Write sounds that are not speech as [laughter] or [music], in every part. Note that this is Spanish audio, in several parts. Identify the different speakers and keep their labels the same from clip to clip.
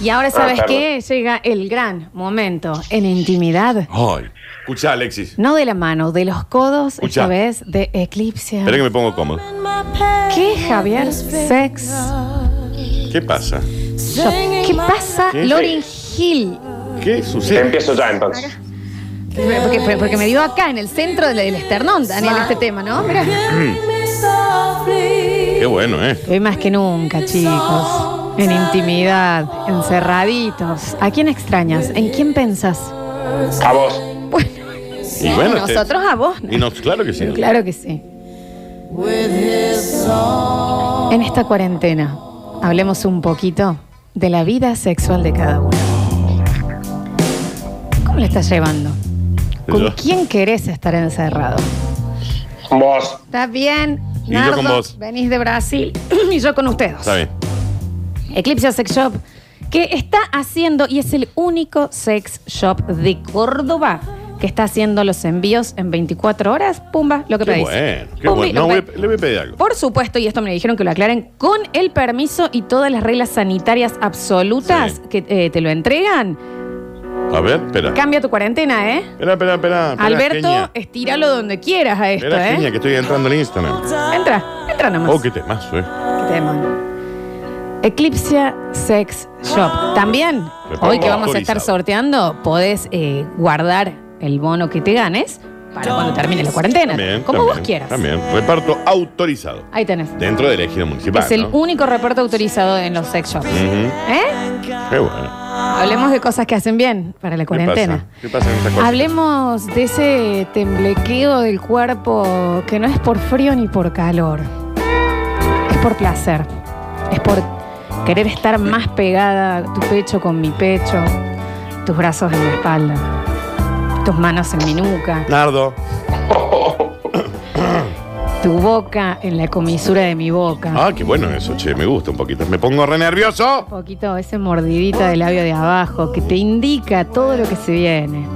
Speaker 1: Y ahora, ¿sabes
Speaker 2: perdón.
Speaker 1: qué? Llega el gran momento en intimidad.
Speaker 3: Ay. Escucha, Alexis.
Speaker 1: No de la mano, de los codos,
Speaker 3: Escuchá.
Speaker 1: esta vez de Eclipse.
Speaker 3: Espera que me pongo cómodo.
Speaker 1: ¿Qué, Javier? Sex.
Speaker 3: ¿Qué pasa?
Speaker 1: Shop. ¿Qué pasa,
Speaker 3: ¿Qué?
Speaker 1: Loring Hill?
Speaker 3: ¿Qué
Speaker 2: Te
Speaker 3: sucede?
Speaker 2: empiezo ya entonces.
Speaker 1: Porque, porque me dio acá, en el centro del, del esternón, Daniel, este tema, ¿no? Mira.
Speaker 3: Qué bueno, ¿eh?
Speaker 1: Hoy más que nunca, chicos. En intimidad, encerraditos. ¿A quién extrañas? ¿En quién pensás?
Speaker 2: A vos.
Speaker 3: Y bueno, este- te-
Speaker 1: Nosotros a vos. ¿no?
Speaker 3: Y no, claro que sí.
Speaker 1: Claro que sí. En esta cuarentena, hablemos un poquito de la vida sexual de cada uno. ¿Cómo la estás llevando? ¿Con
Speaker 3: Yo.
Speaker 1: quién querés estar encerrado?
Speaker 2: Vos.
Speaker 1: ¿Estás bien?
Speaker 3: Y yo con vos.
Speaker 1: Venís de Brasil [clears throat] y yo con ustedes.
Speaker 3: Está bien.
Speaker 1: Eclipse Sex Shop, que está haciendo y es el único sex shop de Córdoba que está haciendo los envíos en 24 horas. Pumba, lo que
Speaker 3: Qué
Speaker 1: pedís.
Speaker 3: bueno. Qué
Speaker 1: Pumbi, lo
Speaker 3: bueno. No,
Speaker 1: que
Speaker 3: voy a-
Speaker 1: pedís.
Speaker 3: le voy a pedir algo.
Speaker 1: Por supuesto, y esto me dijeron que lo aclaren, con el permiso y todas las reglas sanitarias absolutas
Speaker 3: Sí.
Speaker 1: que eh, te lo entregan.
Speaker 3: A ver, espera.
Speaker 1: Cambia tu cuarentena, ¿eh?
Speaker 3: Espera, espera, espera. espera,
Speaker 1: Alberto,
Speaker 3: genia.
Speaker 1: estíralo donde quieras a esto,
Speaker 3: Espera, genia,
Speaker 1: ¿eh?
Speaker 3: que estoy entrando en Instagram.
Speaker 1: Entra, entra nomás.
Speaker 3: Oh, qué temazo, ¿eh?
Speaker 1: Qué temón. Eclipsia Sex Shop. También,
Speaker 3: Reparto
Speaker 1: hoy que vamos a
Speaker 3: autorizado.
Speaker 1: estar sorteando, podés eh, guardar el bono que te ganes para cuando termine la cuarentena.
Speaker 3: También.
Speaker 1: como
Speaker 3: también,
Speaker 1: vos quieras.
Speaker 3: También. Reparto autorizado.
Speaker 1: Ahí tenés.
Speaker 3: Dentro del ejido municipal.
Speaker 1: es el
Speaker 3: ¿no?
Speaker 1: único reparto autorizado en los sex shops.
Speaker 3: Ujú.
Speaker 1: ¿Eh?
Speaker 3: Qué bueno.
Speaker 1: Hablemos de cosas que hacen bien para la
Speaker 3: ¿Qué
Speaker 1: cuarentena.
Speaker 3: pasa? ¿Qué pasa en esta cosa?
Speaker 1: Hablemos de ese temblequeo del cuerpo que no es por frío ni por calor. Es por placer. Es por querer estar más pegada tu pecho con mi pecho, tus brazos en mi espalda, tus manos en mi nuca,
Speaker 3: Nardo.
Speaker 1: tu boca en la comisura de mi boca.
Speaker 3: Ah, qué bueno eso, che. Me gusta un poquito. Me pongo re nervioso.
Speaker 1: Un poquito ese mordidita del labio de abajo que te indica todo lo que se viene.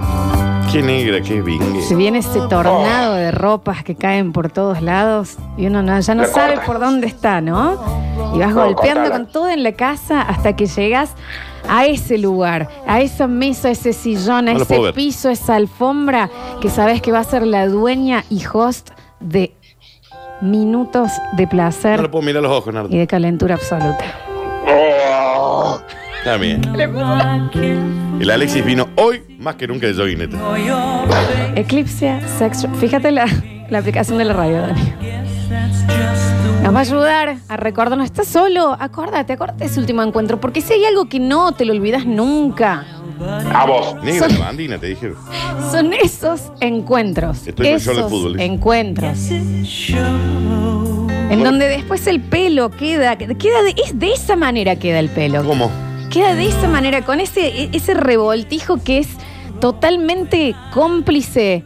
Speaker 3: Qué negra, qué bingue.
Speaker 1: Se viene ese tornado de ropas que caen por todos lados y uno no- ya no
Speaker 2: La corta.
Speaker 1: sabe por dónde está, ¿no? Y vas
Speaker 2: No,
Speaker 1: golpeando
Speaker 2: cortala.
Speaker 1: con todo en la casa hasta que llegas a ese lugar, a esa mesa, a ese sillón, a
Speaker 3: No lo
Speaker 1: ese
Speaker 3: puedo ver.
Speaker 1: piso, a esa alfombra que sabes que va a ser la dueña y host de minutos de
Speaker 3: No
Speaker 1: placer
Speaker 3: le puedo mirar los ojos, Nardo.
Speaker 1: y de calentura absoluta.
Speaker 2: Oh.
Speaker 1: [laughs]
Speaker 3: Está bien. El Alexis vino hoy más que nunca de joguinete.
Speaker 1: Eclipse Sex Shop. Fíjate la, la aplicación de la radio, Dani. Nos va a ayudar a recordarnos. Estás solo. Acuérdate, acuérdate de ese último encuentro. Porque si hay algo que no te lo olvidas nunca,
Speaker 2: A vos.
Speaker 3: Negra
Speaker 1: Son-
Speaker 3: la bandina, te dije.
Speaker 1: son esos encuentros.
Speaker 3: Estoy con
Speaker 1: esos
Speaker 3: Charlotte Fútbol, ¿eh?
Speaker 1: encuentros. En
Speaker 3: Bueno.
Speaker 1: donde después el pelo queda. queda de, es de esa manera queda el pelo.
Speaker 3: ¿Cómo?
Speaker 1: Queda de esa manera, con ese, e- ese revoltijo que es totalmente cómplice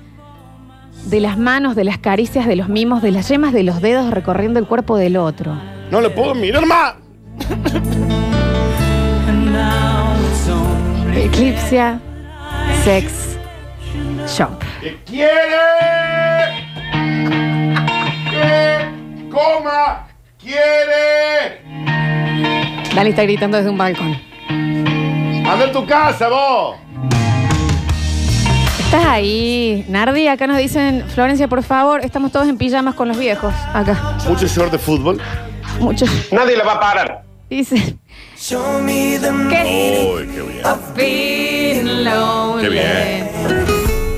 Speaker 1: de las manos, de las caricias, de los mimos, de las yemas de los dedos recorriendo el cuerpo del otro.
Speaker 3: No le puedo mirar más.
Speaker 1: Eclipsia Sex Shop.
Speaker 3: ¿Qué quiere? ¿Qué coma? ¿Quiere?
Speaker 1: Dani está gritando desde un balcón.
Speaker 3: Anda a tu casa, vos.
Speaker 1: ¿Estás ahí? Nardi, acá nos dicen, Florencia, por favor, estamos todos en pijamas con los viejos. Acá.
Speaker 3: Mucho short de fútbol.
Speaker 1: Muchos.
Speaker 2: Nadie la va a parar.
Speaker 1: Dicen. ¿Qué?
Speaker 3: Uy, qué bien. Qué bien.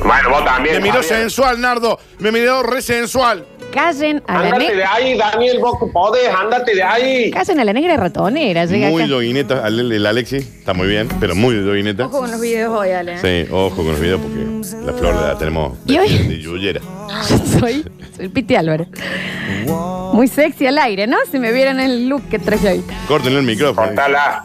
Speaker 2: Bueno, vos
Speaker 3: Me
Speaker 2: también.
Speaker 3: miró
Speaker 2: Javier.
Speaker 3: sensual, Nardo. Me miró re sensual.
Speaker 1: Callen a la
Speaker 2: Ándate de
Speaker 1: negra.
Speaker 2: ahí, Daniel, vos que podés, ándate de ahí.
Speaker 1: Callen a la negra ratonera. Llega
Speaker 3: Muy
Speaker 1: acá.
Speaker 3: joguineta. al- El Alexis está muy bien, pero muy joguineta.
Speaker 1: Ojo con los videos hoy, Ale. ¿eh?
Speaker 3: Sí, ojo con los videos porque la flor la tenemos
Speaker 1: ¿Y
Speaker 3: de,
Speaker 1: hoy?
Speaker 3: de yuyera.
Speaker 1: [laughs] Yo soy, soy Piti Álvarez. Muy sexy al aire, ¿no? Si me vieran el look que traje hoy.
Speaker 3: Córtenle el micrófono.
Speaker 2: Cortala.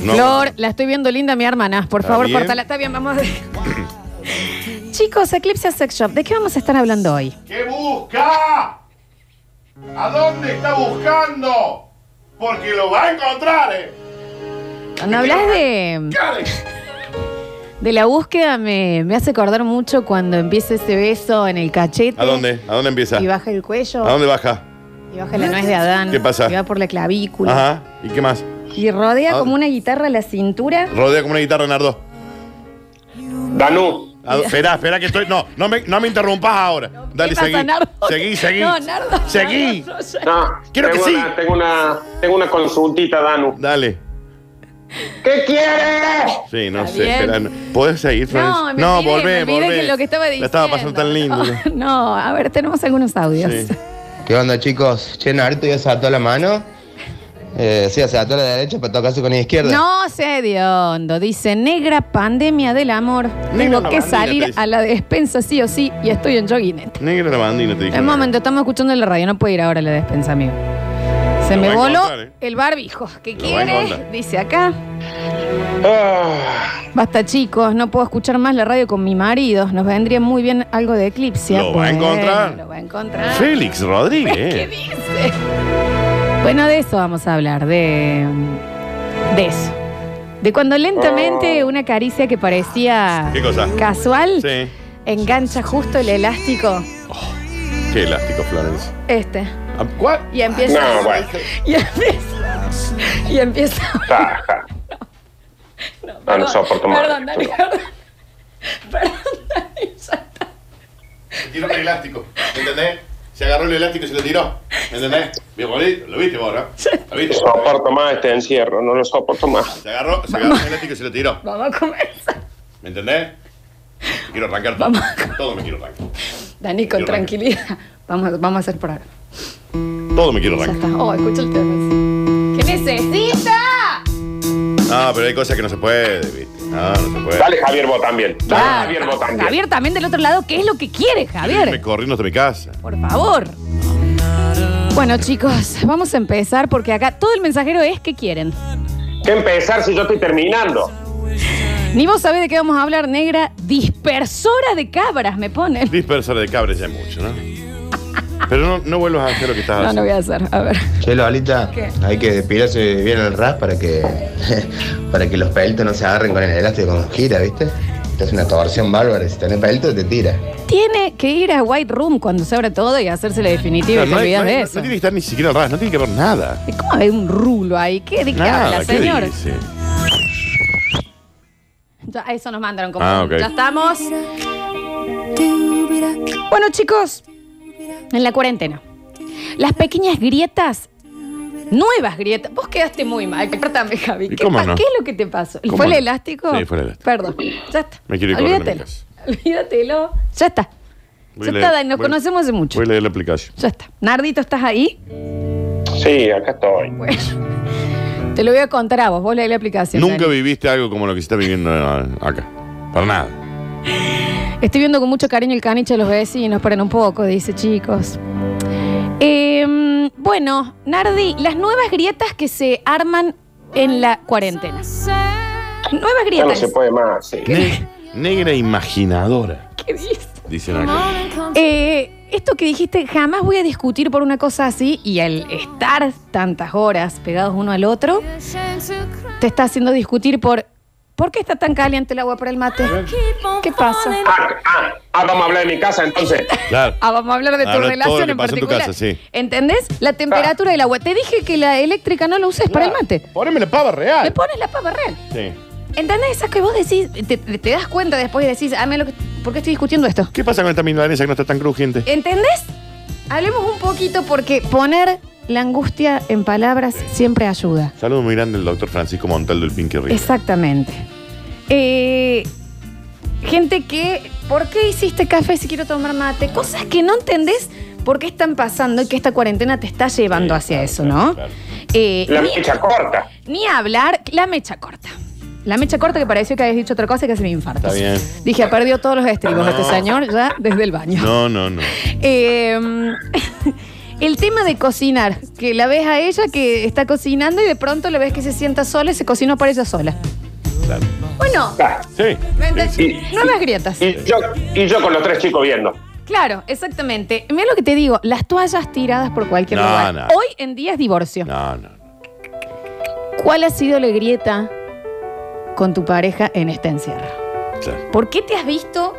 Speaker 3: No.
Speaker 1: Flor, la estoy viendo linda, mi hermana. Por
Speaker 3: Está
Speaker 1: favor,
Speaker 3: bien.
Speaker 1: cortala. Está bien, vamos a
Speaker 3: [coughs]
Speaker 1: Chicos, Eclipse Sex Shop, ¿de qué vamos a estar hablando hoy?
Speaker 3: ¿Qué busca? ¿A dónde está buscando? Porque lo va a encontrar, ¿eh?
Speaker 1: Cuando hablas de, de la búsqueda, me, me hace acordar mucho cuando empieza ese beso en el cachete.
Speaker 3: ¿A dónde? ¿A dónde empieza?
Speaker 1: Y baja el cuello,
Speaker 3: ¿A dónde baja?
Speaker 1: y baja la nuez de Adán.
Speaker 3: ¿Qué pasa?
Speaker 1: Y va por la clavícula.
Speaker 3: Ajá. ¿Y qué más?
Speaker 4: Y rodea
Speaker 3: Ah.
Speaker 4: como una guitarra la cintura.
Speaker 3: Rodea como una guitarra, Nardo.
Speaker 2: Danú.
Speaker 1: [laughs]
Speaker 3: Ah, Espera, espera que estoy. No, no me, no me interrumpas ahora. Dale,
Speaker 1: ¿Qué pasa,
Speaker 3: seguí.
Speaker 1: Nardo?
Speaker 3: Seguí, seguí.
Speaker 1: No, Nardo.
Speaker 3: Seguí.
Speaker 1: Nardo, yo-
Speaker 2: No,
Speaker 3: Quiero
Speaker 2: tengo
Speaker 3: que sí.
Speaker 2: Una, tengo, una, tengo una consultita, Danu.
Speaker 3: Dale.
Speaker 2: ¿Qué quieres?
Speaker 3: Sí, no
Speaker 1: Está
Speaker 3: sé.
Speaker 1: bien.
Speaker 3: Espera. no. ¿Podés seguir, Florencia?
Speaker 1: No, me
Speaker 3: no
Speaker 1: olvidé,
Speaker 3: volvé,
Speaker 1: me olvidé
Speaker 3: volvé.
Speaker 1: que lo que estaba diciendo.
Speaker 3: La estaba pasando tan lindo.
Speaker 1: [laughs] No, no, a ver, tenemos algunos audios.
Speaker 3: Sí.
Speaker 5: ¿Qué onda, chicos? Che, Naruto ya se ató la mano. Eh, sí, se ató la derecha para tocarse con la izquierda.
Speaker 1: No sé de hondo, dice negra pandemia del amor.
Speaker 3: Negra
Speaker 1: Tengo
Speaker 3: la
Speaker 1: que
Speaker 3: bandera, te
Speaker 1: salir
Speaker 3: dice.
Speaker 1: a la despensa sí o sí y estoy en joguinete.
Speaker 3: Negra la bandina, te dije.
Speaker 1: En un momento, estamos escuchando la radio, no puedo ir ahora a la despensa, amigo. Se
Speaker 3: Lo
Speaker 1: me
Speaker 3: va a
Speaker 1: voló
Speaker 3: encontrar, ¿eh?
Speaker 1: el barbijo. ¿Qué
Speaker 3: Lo va a
Speaker 1: quiere?
Speaker 3: encontrar.
Speaker 1: Dice acá.
Speaker 2: Ah,
Speaker 1: Basta chicos, no puedo escuchar más la radio con mi marido. Nos vendría muy bien algo de eclipse.
Speaker 3: Lo va a encontrar. Ah,
Speaker 1: Lo va a encontrar.
Speaker 3: Félix
Speaker 1: ¿Qué
Speaker 3: Rodríguez.
Speaker 1: dice? Bueno, de eso vamos a hablar, de, de eso. De cuando lentamente una caricia que parecía
Speaker 3: Oh. ¿Qué cosa?
Speaker 1: casual
Speaker 3: Sí.
Speaker 1: engancha justo el elástico
Speaker 3: Qué elástico, Florencia.
Speaker 1: este
Speaker 3: Ah, ¿Cuál?
Speaker 1: y empieza
Speaker 2: no, bueno.
Speaker 1: y empieza y empieza [laughs]
Speaker 2: Ja, ja. No,
Speaker 3: Ah,
Speaker 2: no soporto más.
Speaker 1: perdón, Dani, [laughs] perdón.
Speaker 6: Se tiró el elástico, ¿entendés? Se agarró el elástico y se lo tiró, ¿entendés? Viejo bonito, lo viste vos, ¿no? ¿Lo viste?
Speaker 2: Soporto más este encierro, no lo soporto más.
Speaker 6: Se agarró, se agarró el elástico y se lo tiró,
Speaker 1: Vamos a comenzar.
Speaker 6: ¿me entendés? Me Quiero arrancar todo.
Speaker 1: Vamos.
Speaker 6: Todo me quiero arrancar.
Speaker 1: Dani, con
Speaker 6: Yo-
Speaker 1: tranquilidad. Vamos, a- vamos a hacer por ahora.
Speaker 3: Todo me quiero
Speaker 1: Ya
Speaker 3: arrancar.
Speaker 1: está. Oh, escucha el tema. ese. ¿Qué necesita?
Speaker 6: Ah,
Speaker 3: No, pero hay cosas que no se puede, viste. No, no se puede.
Speaker 2: Dale, Javier, vos también. Dale,
Speaker 1: Claro.
Speaker 2: Javier, vos también.
Speaker 1: Javier también del otro lado, ¿qué es lo que quiere,
Speaker 3: Me
Speaker 1: Javier?
Speaker 3: corriendo hasta mi casa.
Speaker 1: Por favor. Bueno, chicos, vamos a empezar porque acá todo el mensajero es que quieren.
Speaker 2: ¿Qué empezar si yo estoy terminando?
Speaker 1: Ni vos sabés de qué vamos a hablar, negra. Dispersora de cabras, me ponen.
Speaker 3: Dispersor de cabres ya es mucho, ¿no? Pero no, no vuelvas a hacer lo que estás
Speaker 1: No, no
Speaker 3: haciendo.
Speaker 1: voy a hacer. A ver.
Speaker 5: Che, Lolita,
Speaker 1: ¿Qué?
Speaker 5: hay que despilarse bien el ras para que, [laughs] para que los pelitos no se agarren con el elástico cuando gira, ¿viste? Te hace una torsión bárbara. Si tenés pelitos, te tira.
Speaker 1: Tiene que ir a White Room cuando se abra todo y hacerse la definitiva y te
Speaker 3: no, hay-
Speaker 1: olvidas
Speaker 3: no hay-
Speaker 1: de
Speaker 3: no
Speaker 1: eso.
Speaker 3: tiene que estar ni siquiera el ras, no tiene que ver nada.
Speaker 1: ¿Y ¿Cómo hay un rulo ahí? ¿Qué de qué
Speaker 3: Nada,
Speaker 1: habla,
Speaker 3: ¿qué
Speaker 1: señor?
Speaker 3: dice?
Speaker 1: Ya, a eso nos mandaron como.
Speaker 3: Ah, ok.
Speaker 1: Ya estamos. Bueno, chicos, en la cuarentena. Las pequeñas grietas, nuevas grietas. Vos quedaste muy mal. Córtame, Javi.
Speaker 3: ¿Y
Speaker 1: ¿Qué,
Speaker 3: cómo
Speaker 1: pa-
Speaker 3: no?
Speaker 1: ¿Qué es lo que te pasó?
Speaker 3: ¿Cómo
Speaker 1: ¿Fue el
Speaker 3: no?
Speaker 1: elástico?
Speaker 3: Sí, fue el elástico.
Speaker 1: Perdón. Ya está.
Speaker 3: Me quiero ir corriendo a mi
Speaker 1: Olvídatelo.
Speaker 3: casa.
Speaker 1: Olvídatelo. Ya está.
Speaker 3: Voy
Speaker 1: ya
Speaker 3: a leer-
Speaker 1: está, Dani, nos
Speaker 3: voy-
Speaker 1: conocemos hace mucho.
Speaker 3: Voy a leer la aplicación.
Speaker 1: Ya está. Nardito, ¿estás ahí?
Speaker 2: Sí, acá estoy.
Speaker 1: Bueno. Te lo voy a contar a vos. Vos leí la aplicación.
Speaker 3: Nunca
Speaker 1: Dani.
Speaker 3: viviste algo como lo que se está viviendo eh, acá. Para nada.
Speaker 1: Estoy viendo con mucho cariño el caniche de los vecinos, paren un poco, dice chicos. Eh, bueno, Nardi, las nuevas grietas que se arman en la cuarentena. Nuevas
Speaker 2: Ya no se
Speaker 1: grietas.
Speaker 2: puede más, sí.
Speaker 3: Ne- negra imaginadora,
Speaker 1: ¿Qué dices?
Speaker 3: dicen acá.
Speaker 1: Eh, esto que dijiste, jamás voy a discutir por una cosa así y al estar tantas horas pegados uno al otro, te está haciendo discutir por... ¿Por qué está tan caliente el agua para el mate? ¿Qué pasa?
Speaker 2: Ah, ah, ah, vamos a hablar de mi casa entonces.
Speaker 3: Claro.
Speaker 1: Ah, vamos a hablar de tu
Speaker 3: Habla todo lo
Speaker 1: relación
Speaker 3: que
Speaker 1: en
Speaker 3: pasó en tu
Speaker 1: particular.
Speaker 3: casa, sí.
Speaker 1: ¿Entendés? La temperatura del agua. Te dije que la eléctrica no la uses para el mate.
Speaker 3: Poneme la pava
Speaker 1: Le
Speaker 3: real.
Speaker 1: pones la papa real.
Speaker 3: Sí.
Speaker 1: ¿Entendés? Esas que vos decís, te, te das cuenta después y decís, ah, mira lo que, ¿por qué estoy discutiendo esto?
Speaker 3: ¿Qué pasa con esta milanesa que no está tan crujiente?
Speaker 1: Eh. ¿Entendés? Hablemos un poquito porque poner la angustia en palabras siempre ayuda.
Speaker 3: Saludos muy grande del doctor Francisco Montaldo del Pinky Rico.
Speaker 1: Exactamente. Eh, gente que, ¿por qué hiciste café si quiero tomar mate? Cosas que no entendés por qué están pasando y que esta cuarentena te está llevando
Speaker 3: Sí,
Speaker 1: hacia
Speaker 3: claro,
Speaker 1: eso,
Speaker 3: claro,
Speaker 1: ¿no?
Speaker 3: claro.
Speaker 1: Eh,
Speaker 2: La
Speaker 1: ni,
Speaker 2: mecha corta.
Speaker 1: ni hablar, la mecha corta. La mecha corta que pareció que habías dicho otra cosa y que se me infarto.
Speaker 3: Está bien. Ah,
Speaker 1: Dije, ha perdido todos los estribos
Speaker 3: No.
Speaker 1: este señor ya desde el baño.
Speaker 3: No, no, no.
Speaker 1: Eh, [laughs] el tema de cocinar, que la ves a ella que está cocinando y de pronto la ves que se sienta sola y se cocinó para ella sola.
Speaker 3: Claro.
Speaker 1: Bueno,
Speaker 2: Ah,
Speaker 3: Sí.
Speaker 1: ¿me entendés?
Speaker 2: Sí.
Speaker 1: nuevas grietas.
Speaker 2: Y yo, y yo con los tres chicos viendo.
Speaker 1: Claro, exactamente. Mira lo que te digo, las toallas tiradas por cualquier
Speaker 3: No,
Speaker 1: lugar.
Speaker 3: no.
Speaker 1: Hoy en día es divorcio.
Speaker 3: No, no. no.
Speaker 1: ¿Cuál ha sido la grieta con tu pareja en este encierro?
Speaker 3: Claro.
Speaker 1: ¿Por qué te has visto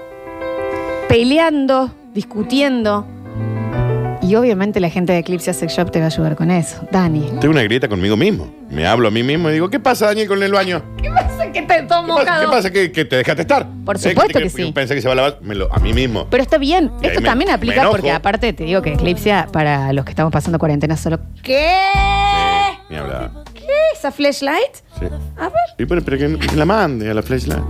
Speaker 1: peleando, discutiendo? Y obviamente la gente de Eclipse Sex Shop te va a ayudar con eso. Dani.
Speaker 7: Tengo una grieta conmigo mismo. Me hablo a mí mismo y digo, ¿qué pasa, Daniel, con el baño?
Speaker 1: ¿Qué pasa que te
Speaker 7: ¿Qué pasa? ¿Qué pasa? ¿Que, que te dejaste estar?
Speaker 1: Por
Speaker 7: Eh,
Speaker 1: supuesto
Speaker 7: te-
Speaker 1: que sí.
Speaker 7: Pensé que se va a lavar me lo- a mí mismo.
Speaker 1: Pero está bien,
Speaker 7: Y ahí
Speaker 1: esto
Speaker 7: me-
Speaker 1: también
Speaker 7: me
Speaker 1: aplica
Speaker 7: enojo.
Speaker 1: porque aparte te digo que Eclipse, para los que estamos pasando cuarentena solo... ¿Qué?
Speaker 7: Ni hablar.
Speaker 1: ¿Qué? ¿Esa flashlight?
Speaker 7: Sí.
Speaker 1: A ver.
Speaker 7: Y bueno, pero que la mande a la flashlight.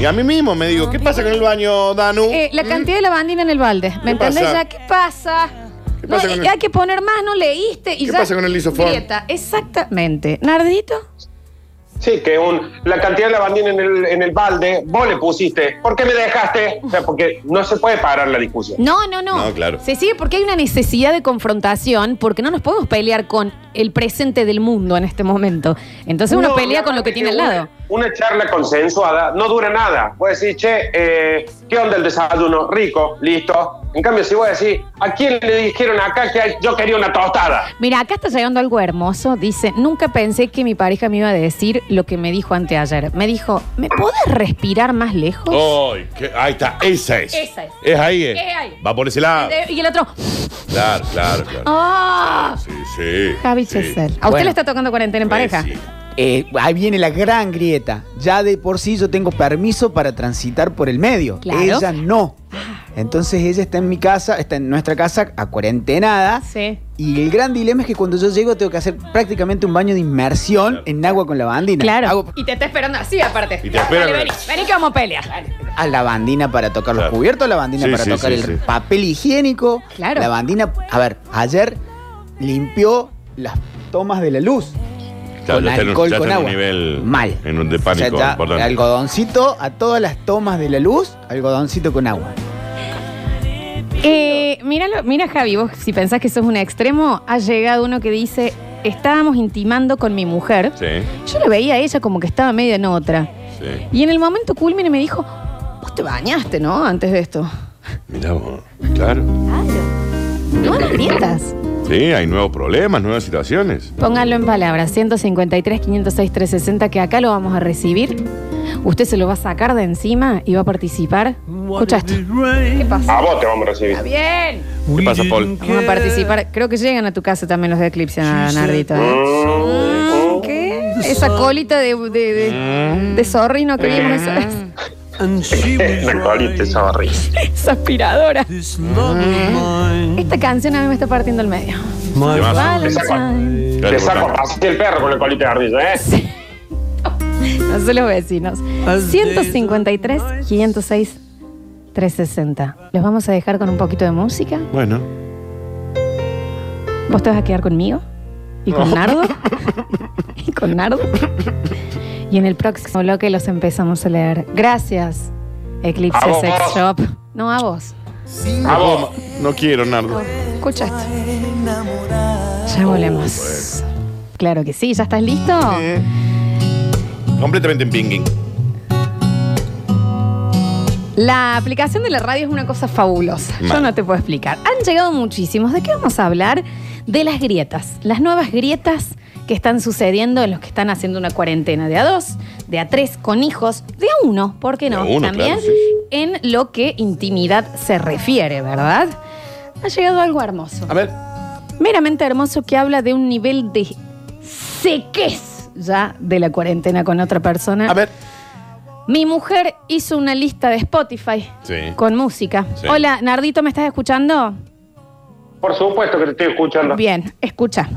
Speaker 7: Y a mí mismo me digo, ¿qué pasa con el baño, Danu?
Speaker 1: Eh, la
Speaker 7: Mm.
Speaker 1: cantidad de lavandina en el balde. ¿Me
Speaker 7: ¿Qué
Speaker 1: entendés
Speaker 7: pasa?
Speaker 1: ya? ¿Qué pasa?
Speaker 7: ¿Qué
Speaker 1: No,
Speaker 7: pasa
Speaker 1: eh,
Speaker 7: con el-
Speaker 1: Hay que poner más, no leíste. Y
Speaker 7: ¿Qué
Speaker 1: ya-
Speaker 7: pasa con el isoform?
Speaker 1: Grieta, exactamente. ¿Nardito?
Speaker 2: Sí, que un, la cantidad de lavandina en el, en el balde, vos le pusiste. ¿Por qué me dejaste? O sea, porque no se puede parar la discusión.
Speaker 1: No, no, no.
Speaker 7: No, claro.
Speaker 1: Se sigue porque hay una necesidad de confrontación, porque no nos podemos pelear con el presente del mundo en este momento. Entonces uno
Speaker 2: No,
Speaker 1: pelea
Speaker 2: la
Speaker 1: con lo que
Speaker 2: verdad
Speaker 1: tiene al
Speaker 2: es
Speaker 1: lado.
Speaker 2: una- Una charla consensuada no dura nada. Vos decís, che, eh, ¿qué onda el desayuno? Rico, listo. En cambio, si vos decís, ¿a quién le dijeron acá que hay- yo quería una tostada?
Speaker 1: Mira, acá está llegando algo hermoso. Dice, nunca pensé que mi pareja me iba a decir lo que me dijo anteayer. Me dijo, ¿me podés respirar más lejos?
Speaker 7: Ay, qué- ahí está, esa es.
Speaker 1: Esa es.
Speaker 7: Es ahí, eh.
Speaker 1: Es ahí.
Speaker 7: Va por ese lado.
Speaker 1: Eh, Y el otro,
Speaker 7: Claro, claro, claro.
Speaker 1: ¡ah!
Speaker 7: Sí, sí.
Speaker 1: Javi
Speaker 7: sí. Pues
Speaker 1: Chesel. ¿A usted
Speaker 8: Bueno.
Speaker 1: le está tocando cuarentena en pareja?
Speaker 7: Sí.
Speaker 8: Eh, ahí viene la gran grieta. Ya de por sí yo tengo permiso para transitar por el medio.
Speaker 1: Claro. Ah.
Speaker 8: Ella no. Entonces ella está en mi casa, está en nuestra casa, a cuarentenada.
Speaker 1: Sí.
Speaker 8: Y el gran dilema es que cuando yo llego tengo que hacer prácticamente un baño de inmersión en agua con lavandina.
Speaker 1: Claro.
Speaker 8: Hago
Speaker 1: Y te está esperando así, aparte.
Speaker 7: Y te espera
Speaker 1: Dale,
Speaker 7: con-
Speaker 1: vení, vení que vamos a pelear.
Speaker 8: a lavandina para tocar los
Speaker 7: Claro.
Speaker 8: cubiertos, lavandina
Speaker 7: Sí,
Speaker 8: para
Speaker 7: sí,
Speaker 8: tocar
Speaker 7: sí,
Speaker 8: el
Speaker 7: sí.
Speaker 8: papel higiénico.
Speaker 1: Claro.
Speaker 8: Lavandina. A ver, ayer limpió las tomas de la luz.
Speaker 7: Claro,
Speaker 8: con
Speaker 7: ya está en un-
Speaker 8: alcohol,
Speaker 7: ya está
Speaker 8: con
Speaker 7: en un
Speaker 8: agua.
Speaker 7: nivel-
Speaker 8: Mal.
Speaker 7: en un de
Speaker 8: O sea,
Speaker 7: pánico
Speaker 8: ya,
Speaker 7: importante.
Speaker 8: algodoncito a todas las tomas de la luz, algodoncito con agua.
Speaker 1: Eh, míralo, mira, Javi, vos si pensás que sos un extremo, ha llegado uno que dice: Estábamos intimando con mi mujer.
Speaker 7: Sí,
Speaker 1: Yo la veía a ella como que estaba medio en otra.
Speaker 7: sí.
Speaker 1: Y en el momento culmine me dijo: Vos te bañaste, ¿no? Antes de esto.
Speaker 7: Mirá vos. Claro.
Speaker 1: Nuevas grietas.
Speaker 7: Sí, hay nuevos problemas, nuevas situaciones.
Speaker 1: Póngalo en palabras: 153, 506, 360, que acá lo vamos a recibir. Usted se lo va a sacar de encima y va a participar. Escucha esto. ¿Qué pasa?
Speaker 2: A vos te vamos a
Speaker 1: Está
Speaker 2: recibir.
Speaker 1: bien.
Speaker 7: ¿Qué pasa, Paul?
Speaker 1: Vamos a participar. Creo que llegan a tu casa también los de Eclipse, Nardito. ¿eh? Mm, ¿Qué? Esa colita de, de, de, de zorri, no queríamos esa,
Speaker 7: [laughs]
Speaker 2: La colita, sorry.
Speaker 1: esa aspiradora.
Speaker 9: Mm-hmm.
Speaker 1: Esta canción a mí me está partiendo el medio. Valentine.
Speaker 7: Claro,
Speaker 2: Te saco
Speaker 7: importante.
Speaker 2: así el perro con la colita de ardilla, ¿eh?
Speaker 1: No sé los vecinos. 153, 506, 360. ¿Los vamos a dejar con un poquito de música?
Speaker 7: Bueno.
Speaker 1: ¿Vos te vas a quedar conmigo? ¿Y con Nardo? ¿Y con Nardo? Y en el próximo bloque los empezamos a leer. Gracias, Eclipse
Speaker 2: A vos.
Speaker 1: Sex Shop. No, a vos.
Speaker 7: A vos. No quiero, Nardo.
Speaker 1: Escucha esto. Ya volvemos. Claro que sí, ¿ya estás listo?
Speaker 7: Completamente en pinguing.
Speaker 1: La aplicación de la radio es una cosa fabulosa. Yo
Speaker 7: Mal.
Speaker 1: no te puedo explicar. Han llegado muchísimos. ¿De qué vamos a hablar? De las grietas. Las nuevas grietas que están sucediendo en los que están haciendo una cuarentena de a dos, de a tres con hijos, de a uno, ¿por qué no?
Speaker 7: De a uno,
Speaker 1: También
Speaker 7: claro, sí.
Speaker 1: en lo que intimidad se refiere, ¿verdad? Ha llegado algo hermoso.
Speaker 7: A ver.
Speaker 1: Meramente hermoso que habla de un nivel de sequez ya de la cuarentena con otra persona.
Speaker 7: A ver.
Speaker 1: Mi mujer hizo una lista de Spotify
Speaker 7: Sí.
Speaker 1: con música.
Speaker 7: Sí.
Speaker 1: Hola, Nardito, ¿me estás escuchando?
Speaker 2: Por supuesto que te estoy escuchando.
Speaker 1: Bien, escucha.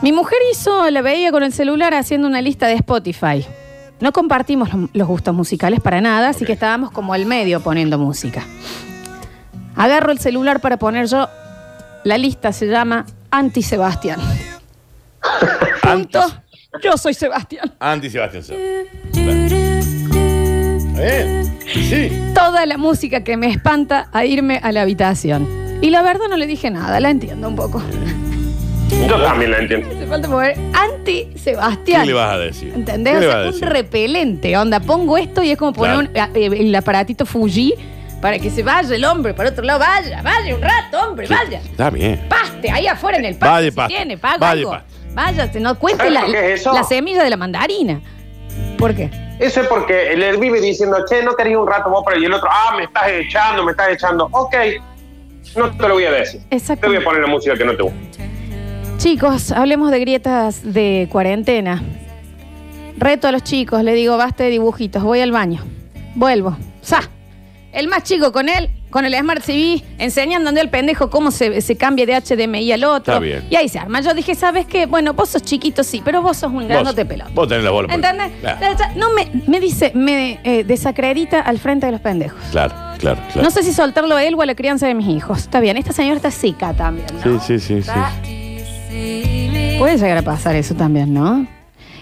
Speaker 1: Mi mujer hizo, la veía con el celular haciendo una lista de Spotify. No compartimos lo- los gustos musicales para nada, así
Speaker 7: Ok.
Speaker 1: que estábamos como al medio poniendo música. Agarro el celular para poner yo. La lista se llama Anti
Speaker 7: [laughs]
Speaker 1: Sebastián. Punto. Yo soy Sebastián.
Speaker 7: Anti Sebastián. Sá. Claro. Eh, sí.
Speaker 1: toda la música que me espanta a irme a la habitación. Y la verdad no le dije nada, la entiendo un poco.
Speaker 2: Yo también la entiendo.
Speaker 1: Hace falta mover
Speaker 7: ¿Qué
Speaker 1: anti-Sebastián.
Speaker 7: le vas a decir?
Speaker 1: ¿Entendés?
Speaker 7: ¿Qué
Speaker 1: O
Speaker 7: le
Speaker 1: sea,
Speaker 7: vas a
Speaker 1: un
Speaker 7: decir?
Speaker 1: repelente. Onda, pongo esto y es como poner un- eh, el aparatito Fuji para que se vaya el hombre para otro lado. Vaya, vaya un rato, hombre,
Speaker 7: Sí,
Speaker 1: vaya.
Speaker 7: Está bien.
Speaker 1: Paste, ahí afuera en el
Speaker 7: Vaya
Speaker 1: pasto. si
Speaker 7: pasto,
Speaker 1: tiene, pago
Speaker 7: vaya
Speaker 1: algo.
Speaker 7: pasto.
Speaker 1: Váyase, no cuente
Speaker 2: ¿Sabes
Speaker 1: la,
Speaker 2: lo que es eso?
Speaker 1: la semilla de la mandarina. ¿Por qué?
Speaker 2: Eso es porque él vive diciendo, che, no quería un rato vos por ahí. Y el otro, ah, me estás echando, me estás echando. Ok, No te lo voy a decir.
Speaker 1: Exacto.
Speaker 2: Te voy a poner la música que no te gusta.
Speaker 1: Chicos, hablemos de grietas de cuarentena. Reto a los chicos, le digo, basta de dibujitos, voy al baño. Vuelvo. ¡Sa! El más chico con él, con el Smart TV, enseñándole al pendejo cómo se, se cambia de HDMI al otro.
Speaker 3: Está bien.
Speaker 1: Y ahí se arma. Yo dije, ¿sabes qué? Bueno, vos sos chiquito, sí, pero vos sos un
Speaker 3: Vos,
Speaker 1: grandote pelón.
Speaker 3: vos tenés la bola. por-
Speaker 1: ¿Entendés?
Speaker 3: Claro,
Speaker 1: No, me, me dice, me eh, desacredita al frente de los pendejos.
Speaker 3: claro, claro. claro.
Speaker 1: No sé si soltarlo a él o a la crianza de mis hijos. Está bien, esta señora está seca también. ¿no?
Speaker 7: Sí, sí, sí, sí.
Speaker 1: Puede llegar a pasar eso también, ¿no?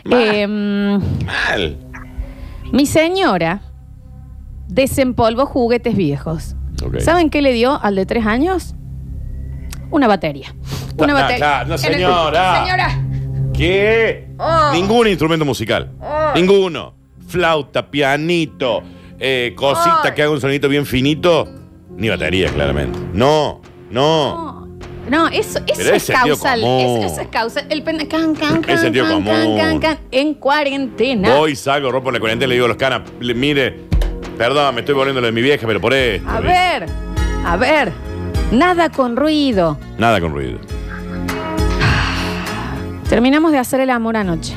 Speaker 1: Eh, mm,
Speaker 7: Mal.
Speaker 1: mi señora desempolvó juguetes viejos.
Speaker 3: Ok.
Speaker 1: ¿Saben qué le dio al de tres años? Una batería. Una
Speaker 3: No, no,
Speaker 1: batería.
Speaker 3: no, no,
Speaker 1: En el-
Speaker 3: señora.
Speaker 1: señora.
Speaker 3: ¿Qué?
Speaker 1: Oh.
Speaker 3: Ningún instrumento musical. Ninguno. Flauta, pianito, eh, cosita
Speaker 1: Oh.
Speaker 3: que haga un sonidito bien finito. Ni batería, claramente. No, no.
Speaker 1: No, eso, eso
Speaker 3: Pero
Speaker 1: es
Speaker 3: es sentido
Speaker 1: causal.
Speaker 3: común.
Speaker 1: Eso, eso es causal. El pende- can, can,
Speaker 3: Es
Speaker 1: can,
Speaker 3: sentido
Speaker 1: can, can,
Speaker 3: común.
Speaker 1: can, can, en cuarentena.
Speaker 3: Voy, salgo, rompo la cuarentena y le digo a los canas, le- mire, perdón, me estoy volviendo lo de mi vieja, pero por esto.
Speaker 1: A
Speaker 3: ¿viste?
Speaker 1: ver, a ver. Nada con ruido.
Speaker 3: Nada con ruido.
Speaker 1: Terminamos de hacer el amor anoche.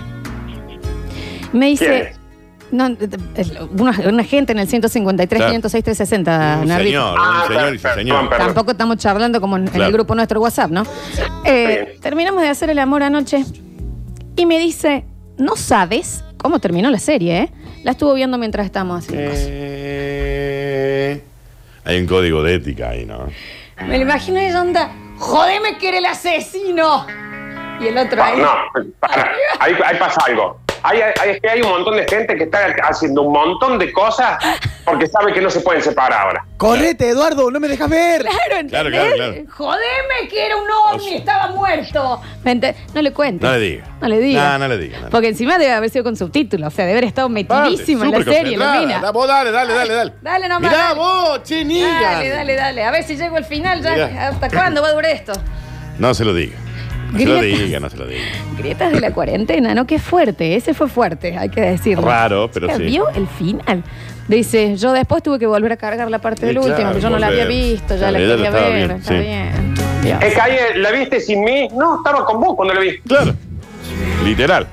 Speaker 1: Me dice. No, eh, eh, una, una gente en el 153,
Speaker 3: Claro.
Speaker 1: 506, 360,
Speaker 3: un
Speaker 1: Nardi.
Speaker 3: señor,
Speaker 2: Ah,
Speaker 3: un señor y su
Speaker 2: perdón,
Speaker 3: señor.
Speaker 2: perdón.
Speaker 1: Tampoco estamos charlando como en, en el
Speaker 3: Claro.
Speaker 1: grupo nuestro WhatsApp, ¿no? Eh,
Speaker 2: bien.
Speaker 1: terminamos de hacer el amor anoche y me dice, no sabes cómo terminó la serie, ¿eh? La estuvo viendo mientras estábamos haciendo cosas.
Speaker 7: Eh,
Speaker 3: Hay un código de ética ahí, ¿no?
Speaker 1: Me lo imagino y onda, jodeme que era el asesino. Y el otro ahí.
Speaker 2: No, para. Ahí, ahí pasa algo. Hay, hay- es que hay un montón de gente que está haciendo un montón de cosas porque sabe que no se pueden separar ahora.
Speaker 8: Correte, Eduardo, no me dejas ver.
Speaker 1: Claro,
Speaker 3: Claro,
Speaker 1: ¿entendés?
Speaker 3: claro, claro.
Speaker 1: Jodeme que era un ovni, estaba muerto. ¿Me ente- No le cuento.
Speaker 3: No le diga.
Speaker 1: No le diga.
Speaker 3: No, no le diga, no le-
Speaker 1: Porque encima debe haber sido con subtítulos, o sea, debe haber estado metidísimo en la
Speaker 3: súper
Speaker 1: serie, la
Speaker 3: concentrada,
Speaker 1: mina.
Speaker 7: da- vos dale, dale, dale, dale.
Speaker 1: Dale nomás.
Speaker 7: Mirá
Speaker 1: dale.
Speaker 7: vos, che, niga.
Speaker 1: Dale, dale, dale. A ver si llego al final ya.
Speaker 7: Mirá.
Speaker 1: ¿Hasta cuándo va a durar esto?
Speaker 3: No se lo diga. No se lo
Speaker 1: Grietas.
Speaker 3: diga, no se lo diga.
Speaker 1: Grietas de la cuarentena, ¿no? Qué fuerte. Ese fue fuerte, hay que decirlo.
Speaker 3: Raro, pero
Speaker 1: Chica,
Speaker 3: sí.
Speaker 1: vio el final. Dice, yo después tuve que volver a cargar la parte
Speaker 3: Y
Speaker 1: del
Speaker 3: claro,
Speaker 1: último, que yo no la había
Speaker 3: volver.
Speaker 1: visto, ya
Speaker 3: Claro,
Speaker 1: la
Speaker 3: ella
Speaker 1: quería
Speaker 3: lo estaba
Speaker 1: ver.
Speaker 3: bien,
Speaker 1: está
Speaker 3: sí.
Speaker 1: bien. Dios.
Speaker 2: Es que ahí eh, la viste sin mí. No, estaba con vos cuando la vi.
Speaker 3: Claro. Literal.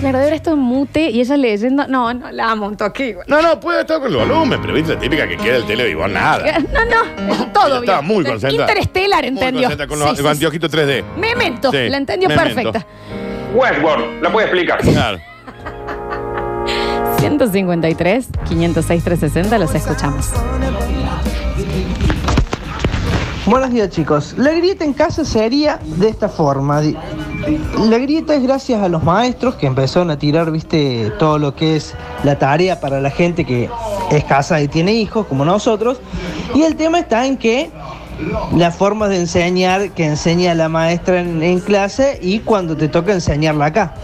Speaker 1: Claro, de ver esto en mute y ella leyendo. No, no, la amo un toque igual.
Speaker 3: No, no, puede estar con el volumen, pero viste la típica que queda el tele y vos nada.
Speaker 1: No, no, todo bien.
Speaker 3: Estaba muy concentrada.
Speaker 1: Interestelar,
Speaker 3: Muy
Speaker 1: entendió.
Speaker 3: concentrada Con los
Speaker 1: Sí, sí,
Speaker 3: con anteojitos 3D.
Speaker 1: sí. Memento,
Speaker 3: Sí,
Speaker 1: la entendió
Speaker 3: Memento.
Speaker 1: perfecta.
Speaker 2: Westworld, la puede explicar.
Speaker 3: Claro.
Speaker 1: 153, 506, 360, los escuchamos.
Speaker 9: Buenos días chicos. La grieta en casa sería de esta forma. Di- La grieta es gracias a los maestros que empezaron a tirar, viste, todo lo que es la tarea para la gente que es casa y tiene hijos, como nosotros. Y el tema está en que las formas de enseñar que enseña la maestra en, en clase y cuando te toca enseñarla acá.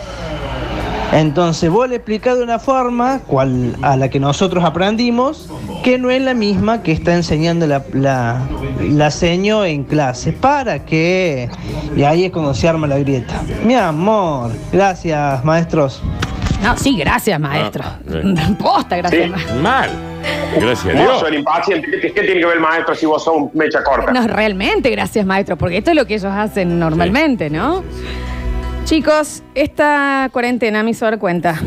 Speaker 9: Entonces vos le explicás de una forma cual, a la que nosotros aprendimos que no es la misma que está enseñando la, la, la seño en clase. ¿Para que Y ahí es cuando se arma la grieta. Mi amor, gracias maestros.
Speaker 1: No, sí, gracias, maestro.
Speaker 3: Ah,
Speaker 1: [laughs] Posta, gracias,
Speaker 2: Sí.
Speaker 1: maestro.
Speaker 3: Mal. Gracias a
Speaker 2: Vos
Speaker 3: Dios.
Speaker 2: sos el impaciente. ¿Qué, qué tiene que ver el maestro si vos sos un mecha corta?
Speaker 1: No, realmente gracias, maestro, porque esto es lo que ellos hacen normalmente, ¿no? Chicos, esta cuarentena me hizo dar cuenta.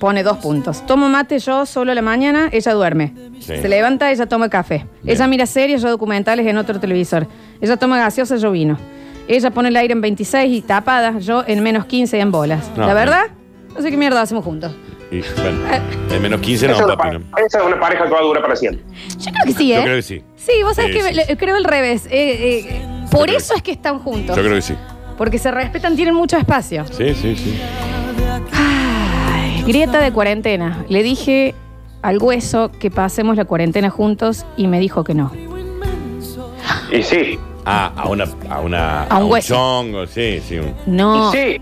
Speaker 1: Pone dos puntos. Tomo mate yo solo a la mañana, ella duerme.
Speaker 3: Sí.
Speaker 1: Se levanta, ella toma café.
Speaker 3: Bien.
Speaker 1: Ella mira series, yo documentales en otro televisor. Ella toma gaseosa, yo vino. Ella pone el aire en 26 y tapada, yo en menos 15 y en bolas.
Speaker 3: No,
Speaker 1: la
Speaker 3: no.
Speaker 1: verdad, no sé qué mierda hacemos juntos.
Speaker 3: Y, bueno, en menos 15
Speaker 2: Esa es
Speaker 3: no,
Speaker 2: una
Speaker 3: papi.
Speaker 2: pa-
Speaker 3: no.
Speaker 2: Esa es una pareja que va a durar para siempre.
Speaker 1: Yo creo que sí, ¿eh?
Speaker 3: Yo creo que sí.
Speaker 1: Sí, vos sabés
Speaker 3: Sí,
Speaker 1: que
Speaker 3: sí,
Speaker 1: le- creo el revés. Eh, eh, por
Speaker 3: creo
Speaker 1: eso
Speaker 3: que-
Speaker 1: es que están juntos.
Speaker 3: Yo creo que sí.
Speaker 1: Porque se respetan, tienen mucho espacio.
Speaker 3: Sí, sí, sí.
Speaker 1: Ay, grieta de cuarentena. Le dije al hueso que pasemos la cuarentena juntos y me dijo que no.
Speaker 2: Y sí.
Speaker 3: Ah, a una. A, una,
Speaker 1: A un hueso.
Speaker 3: chongo, sí, sí. un-
Speaker 1: No.
Speaker 2: Y sí.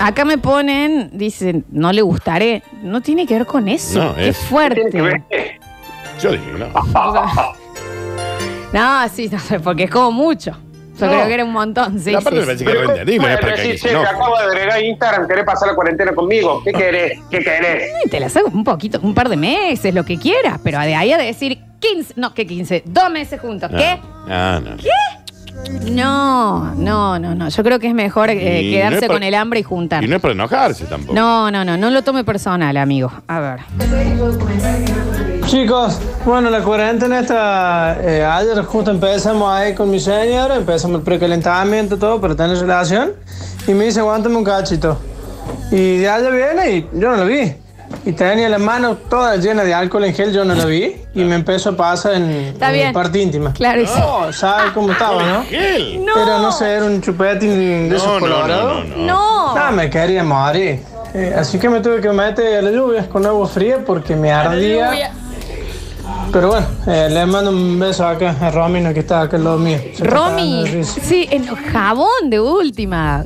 Speaker 1: Acá me ponen, dicen, no le gustaré. No tiene que ver con eso.
Speaker 3: No,
Speaker 1: Qué
Speaker 3: es-
Speaker 2: Tiene que ver.
Speaker 1: fuerte.
Speaker 3: Yo dije, no.
Speaker 1: Ah. No, sí, no sé, porque es como mucho. Yo
Speaker 3: No.
Speaker 1: creo que era un montón, sí.
Speaker 3: La parte
Speaker 1: sí,
Speaker 3: me
Speaker 1: sí.
Speaker 3: parece que era entendible, es para
Speaker 2: Bueno,
Speaker 3: que
Speaker 2: sí,
Speaker 3: dice,
Speaker 2: che,
Speaker 3: no.
Speaker 2: te acabo de agregar Instagram, querés pasar la cuarentena conmigo. ¿Qué querés? ¿Qué querés?
Speaker 1: Y te las hago un poquito, un par de meses, lo que quieras, pero de ahí a decir, 15, no, ¿qué 15? Dos meses juntos.
Speaker 3: No,
Speaker 1: ¿Qué?
Speaker 3: Ah, No, no.
Speaker 1: No, no, no, no. Yo creo que es mejor eh,
Speaker 3: Y
Speaker 1: quedarse
Speaker 3: no es para-
Speaker 1: con el hambre y juntar.
Speaker 3: Y no es para enojarse tampoco.
Speaker 1: No, no, no, no lo tome personal, amigo. A ver.
Speaker 9: Chicos, bueno, la cuarentena está. eh, ayer justo empezamos ahí con mi señor, empezamos el precalentamiento, todo, para tener relación. Y me dice, aguántame un cachito. Y de allá viene y yo no lo vi. Y tenía las manos todas llenas de alcohol en gel, yo no lo vi. Y me empezó a pasar en,
Speaker 1: Está
Speaker 9: en mi
Speaker 1: bien.
Speaker 9: parte íntima.
Speaker 1: Claro, y sí.
Speaker 9: No, ¿sabes cómo estaba,
Speaker 1: [laughs]
Speaker 9: no?
Speaker 3: Gel.
Speaker 9: Era, no sé, era un chupetín de
Speaker 3: No,
Speaker 9: esos
Speaker 3: no, no,
Speaker 9: colorados.
Speaker 3: no, no.
Speaker 1: No.
Speaker 9: No, Ah, me quería morir. Eh, así que me tuve que meter a la lluvia con agua fría porque me ardía. Pero bueno, eh, le mando un beso acá a Romino que está acá al lado mío. Se está cagando de
Speaker 1: Romy,
Speaker 9: risa.
Speaker 1: sí, en jabón de última.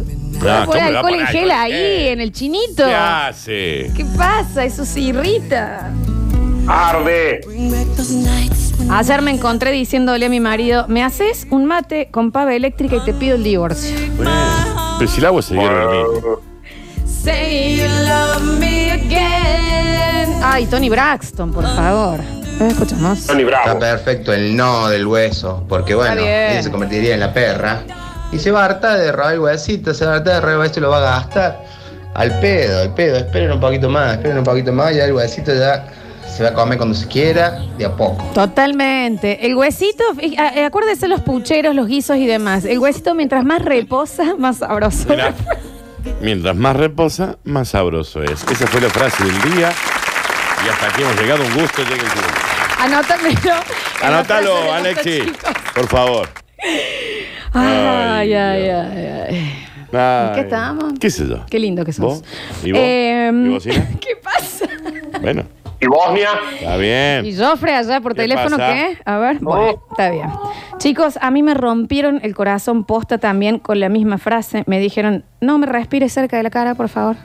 Speaker 3: Ah,
Speaker 1: Pon
Speaker 3: ¿cómo le va a
Speaker 1: alcohol en
Speaker 3: poner
Speaker 1: gel
Speaker 3: alcohol en
Speaker 1: ahí,
Speaker 3: gel?
Speaker 1: en el chinito.
Speaker 3: ¿Qué hace?
Speaker 1: ¿Qué pasa? Eso se irrita.
Speaker 2: Arde.
Speaker 1: Ayer me encontré diciéndole a mi marido, me haces un mate con pava eléctrica y te pido el divorcio.
Speaker 3: Bueno, Pero si el agua se hierve a mí.
Speaker 1: Ay, Tony Braxton, por favor. Eh, Escuchamos.
Speaker 2: Tony
Speaker 5: Está
Speaker 2: Bravo.
Speaker 5: perfecto el no del hueso, porque bueno,
Speaker 1: bien.
Speaker 5: ella se convertiría en la perra. Y se va a hartar de robar el huesito, se va a hartar de robar el huesito y lo va a gastar. Al pedo, al pedo, esperen un poquito más, esperen un poquito más, ya el huesito ya se va a comer cuando se quiera, de a poco.
Speaker 1: Totalmente. El huesito, eh, eh, acuérdense los pucheros, los guisos y demás. El huesito mientras más reposa, más sabroso.
Speaker 3: Mirá, mientras más reposa, más sabroso es. Esa fue la frase del día. Y hasta aquí hemos llegado. Un gusto. Llega el tiempo.
Speaker 1: [laughs] Anótamelo.
Speaker 3: Anótalo,
Speaker 1: En la frase de
Speaker 3: Alexi.
Speaker 1: pues, los chicos.
Speaker 3: Por favor.
Speaker 1: Ay,
Speaker 3: Ay,
Speaker 1: ay, ay, ay.
Speaker 3: Ay,
Speaker 1: qué estábamos?
Speaker 3: ¿Qué sé yo?
Speaker 1: Qué lindo que sos.
Speaker 3: ¿Vos? ¿Y vos?
Speaker 1: Eh,
Speaker 3: ¿Y bocina?
Speaker 1: [laughs] ¿Qué pasa?
Speaker 3: Bueno,
Speaker 2: Y Bosnia.
Speaker 3: está bien.
Speaker 1: ¿Y Joffre allá por
Speaker 3: Em. ¿Qué
Speaker 1: teléfono
Speaker 3: pasa?
Speaker 1: qué? A ver, bueno, está bien. Chicos, a mí me rompieron el corazón posta también con la misma frase. Me dijeron, no me respires cerca de la cara, por favor.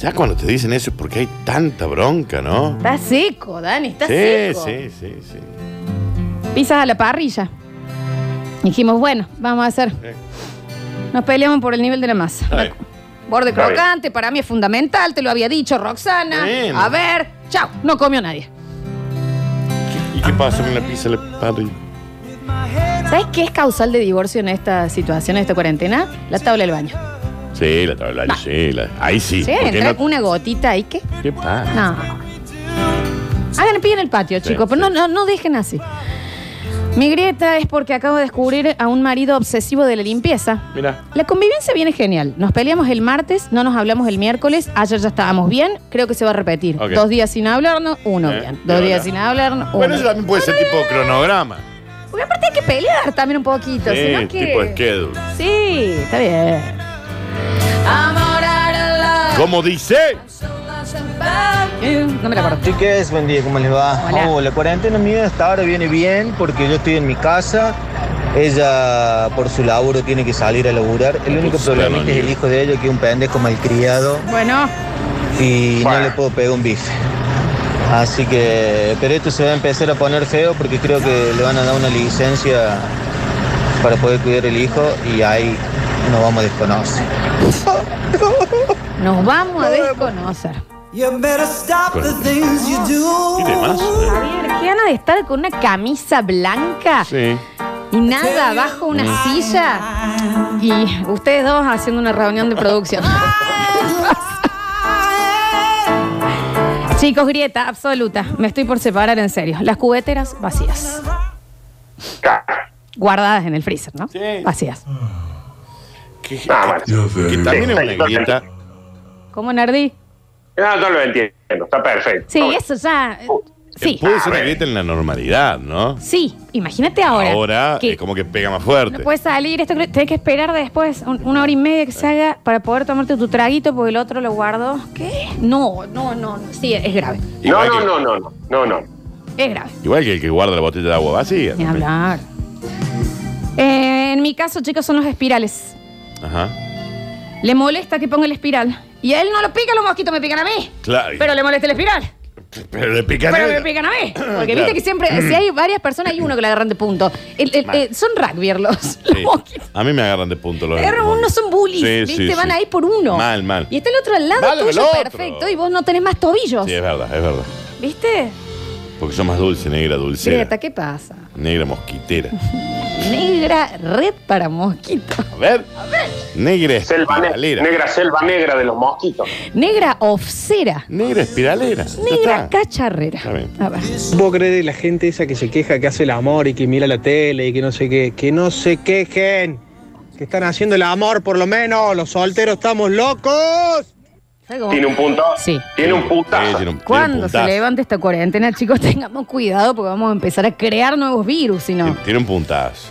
Speaker 3: Ya cuando te dicen eso es porque hay tanta bronca, ¿no?
Speaker 1: Está seco, Dani, está
Speaker 3: Sí,
Speaker 1: seco.
Speaker 3: sí, sí, sí.
Speaker 1: Pizzas a la parrilla. Dijimos, bueno, vamos a hacer. Nos peleamos por el nivel de la masa.
Speaker 3: Está bien.
Speaker 1: Borde
Speaker 2: Está bien.
Speaker 1: crocante, para mí es fundamental, te lo había dicho Roxana.
Speaker 3: Bien.
Speaker 1: A ver, chao, no comió nadie.
Speaker 3: ¿Y qué pasa con la pizza? Le parry?
Speaker 1: ¿Sabes qué es causal de divorcio en esta situación, en esta cuarentena? La tabla del baño.
Speaker 3: Sí, la tabla, sí, la- ahí sí.
Speaker 1: Sí,
Speaker 3: ¿por qué
Speaker 1: entra
Speaker 3: no-
Speaker 1: una gotita ahí que.
Speaker 3: ¿Qué pasa?
Speaker 1: No. Hagan pie en el patio,
Speaker 3: Sí,
Speaker 1: chicos, pero no, no, no dejen así. Mi grieta es porque acabo de descubrir a un marido obsesivo de la limpieza.
Speaker 3: Mira,
Speaker 1: La convivencia viene genial. Nos peleamos el martes, no nos hablamos el miércoles. Ayer ya estábamos bien, creo que se va a repetir.
Speaker 3: Ok.
Speaker 1: Dos días sin hablarnos, uno
Speaker 3: Eh,
Speaker 1: bien.
Speaker 3: de
Speaker 1: Dos días
Speaker 3: verdad.
Speaker 1: sin hablarnos, uno.
Speaker 3: bueno, eso también puede ser tipo cronograma.
Speaker 1: Porque aparte hay que pelear también un poquito,
Speaker 3: Sí,
Speaker 1: sino que. Ah.
Speaker 3: tipo schedule.
Speaker 1: Sí, está bien.
Speaker 3: ¿Cómo dice?
Speaker 1: No me la acuerdo.
Speaker 9: Chiques, buen día, ¿cómo les va?
Speaker 1: Hola.
Speaker 9: Oh, la cuarentena mía hasta ahora viene bien porque yo estoy en mi casa. Ella, por su laburo, tiene que salir a laburar. El único
Speaker 3: Pues,
Speaker 9: problema
Speaker 3: claro,
Speaker 9: es el
Speaker 3: ni-
Speaker 9: hijo de ella, que es un pendejo malcriado
Speaker 1: Bueno,
Speaker 9: y no
Speaker 2: Bueno.
Speaker 9: le puedo pegar un bife. Así que, pero esto se va a empezar a poner feo porque creo que le van a dar una licencia para poder cuidar el hijo y ahí nos vamos a desconocer.
Speaker 1: nos vamos a desconocer.
Speaker 3: ¿Y demás?
Speaker 1: Javier, qué gana de estar con una camisa blanca
Speaker 3: Sí.
Speaker 1: y nada bajo una silla y ustedes dos haciendo una reunión de
Speaker 3: [laughs]
Speaker 1: producción. Chicos, grieta absoluta. Me estoy por separar en serio. Las cubeteras vacías.
Speaker 2: Claro.
Speaker 1: Guardadas en el freezer, ¿no?
Speaker 3: Sí.
Speaker 1: Vacías.
Speaker 3: Que, que-
Speaker 2: Nada más.
Speaker 3: que también es una grieta.
Speaker 1: ¿Cómo, Nardi?
Speaker 2: Ah, No, no lo entiendo. Está perfecto.
Speaker 1: Sí,
Speaker 2: Está
Speaker 1: eso ya. eh, Sí.
Speaker 3: Puede ser una grieta en la normalidad, ¿no?
Speaker 1: Sí, imagínate ahora.
Speaker 3: Ahora
Speaker 1: que
Speaker 3: es como que pega más fuerte.
Speaker 1: no puedes salir, esto creo- tenés que esperar después un- una hora y media que se haga para poder tomarte tu traguito porque el otro lo guardo. ¿Qué? No, no, no, no. sí, es grave.
Speaker 2: No,
Speaker 3: Igual
Speaker 2: no,
Speaker 3: que-
Speaker 2: no, no, no, no, no.
Speaker 1: Es grave.
Speaker 3: Igual que el que guarda la botella de agua vacía.
Speaker 1: Ni
Speaker 3: también.
Speaker 1: hablar. Eh, en mi caso, chicos, son los espirales.
Speaker 3: Ajá.
Speaker 1: Le molesta que ponga el espiral. Y a él no lo pica, los mosquitos me pican a mí.
Speaker 3: Claro.
Speaker 1: Pero le molesta el espiral.
Speaker 3: Pero le pican.
Speaker 1: Pero
Speaker 3: a
Speaker 1: me
Speaker 3: él.
Speaker 1: pican a
Speaker 3: [clears throat]
Speaker 1: mí. Porque
Speaker 3: Claro.
Speaker 1: viste que siempre, si hay varias personas, hay uno que la agarran de punto. El- el-
Speaker 3: Mal.
Speaker 1: eh, son rugbyers los, los
Speaker 3: Sí.
Speaker 1: mosquitos.
Speaker 3: A mí me agarran de punto los
Speaker 1: Erran
Speaker 3: los-
Speaker 1: uno son bullies,
Speaker 3: Sí,
Speaker 1: ¿viste?
Speaker 3: sí,
Speaker 1: Van
Speaker 3: sí.
Speaker 1: ahí por uno.
Speaker 3: Mal, mal.
Speaker 1: Y está el otro al lado
Speaker 3: Válgame
Speaker 1: tuyo,
Speaker 3: el otro.
Speaker 1: perfecto, y vos no tenés más tobillos.
Speaker 3: Sí, es verdad, es verdad.
Speaker 1: ¿Viste?
Speaker 3: Porque son más dulce, negra, dulcera.
Speaker 10: Greta, ¿qué pasa?
Speaker 3: Negra mosquitera.
Speaker 10: Negra red para mosquito.
Speaker 3: A ver. Negra
Speaker 2: Selva ne-
Speaker 3: espiralera.
Speaker 2: negra, selva negra de los mosquitos.
Speaker 10: Negra ofcera.
Speaker 3: Negra espiralera. Ya
Speaker 10: Negra
Speaker 3: está.
Speaker 10: cacharrera.
Speaker 3: Está bien.
Speaker 10: A ver.
Speaker 11: ¿Vos crees de la gente esa que se queja, que hace el amor y que mira la tele y que no sé qué? Que no se quejen. Que están haciendo el amor, por lo menos. Los solteros estamos locos.
Speaker 10: ¿Sabe cómo?
Speaker 2: Tiene un punto.
Speaker 1: Oh. Sí.
Speaker 2: Tiene un
Speaker 3: Sí,
Speaker 2: puntazo.
Speaker 3: tiene un- tiene un
Speaker 1: ¿Cuándo se
Speaker 3: puntazo.
Speaker 1: levante esta cuarentena, chicos? [laughs] Tengamos cuidado porque vamos a empezar a crear nuevos virus, si no.
Speaker 3: Tiene- Tiene un puntazo.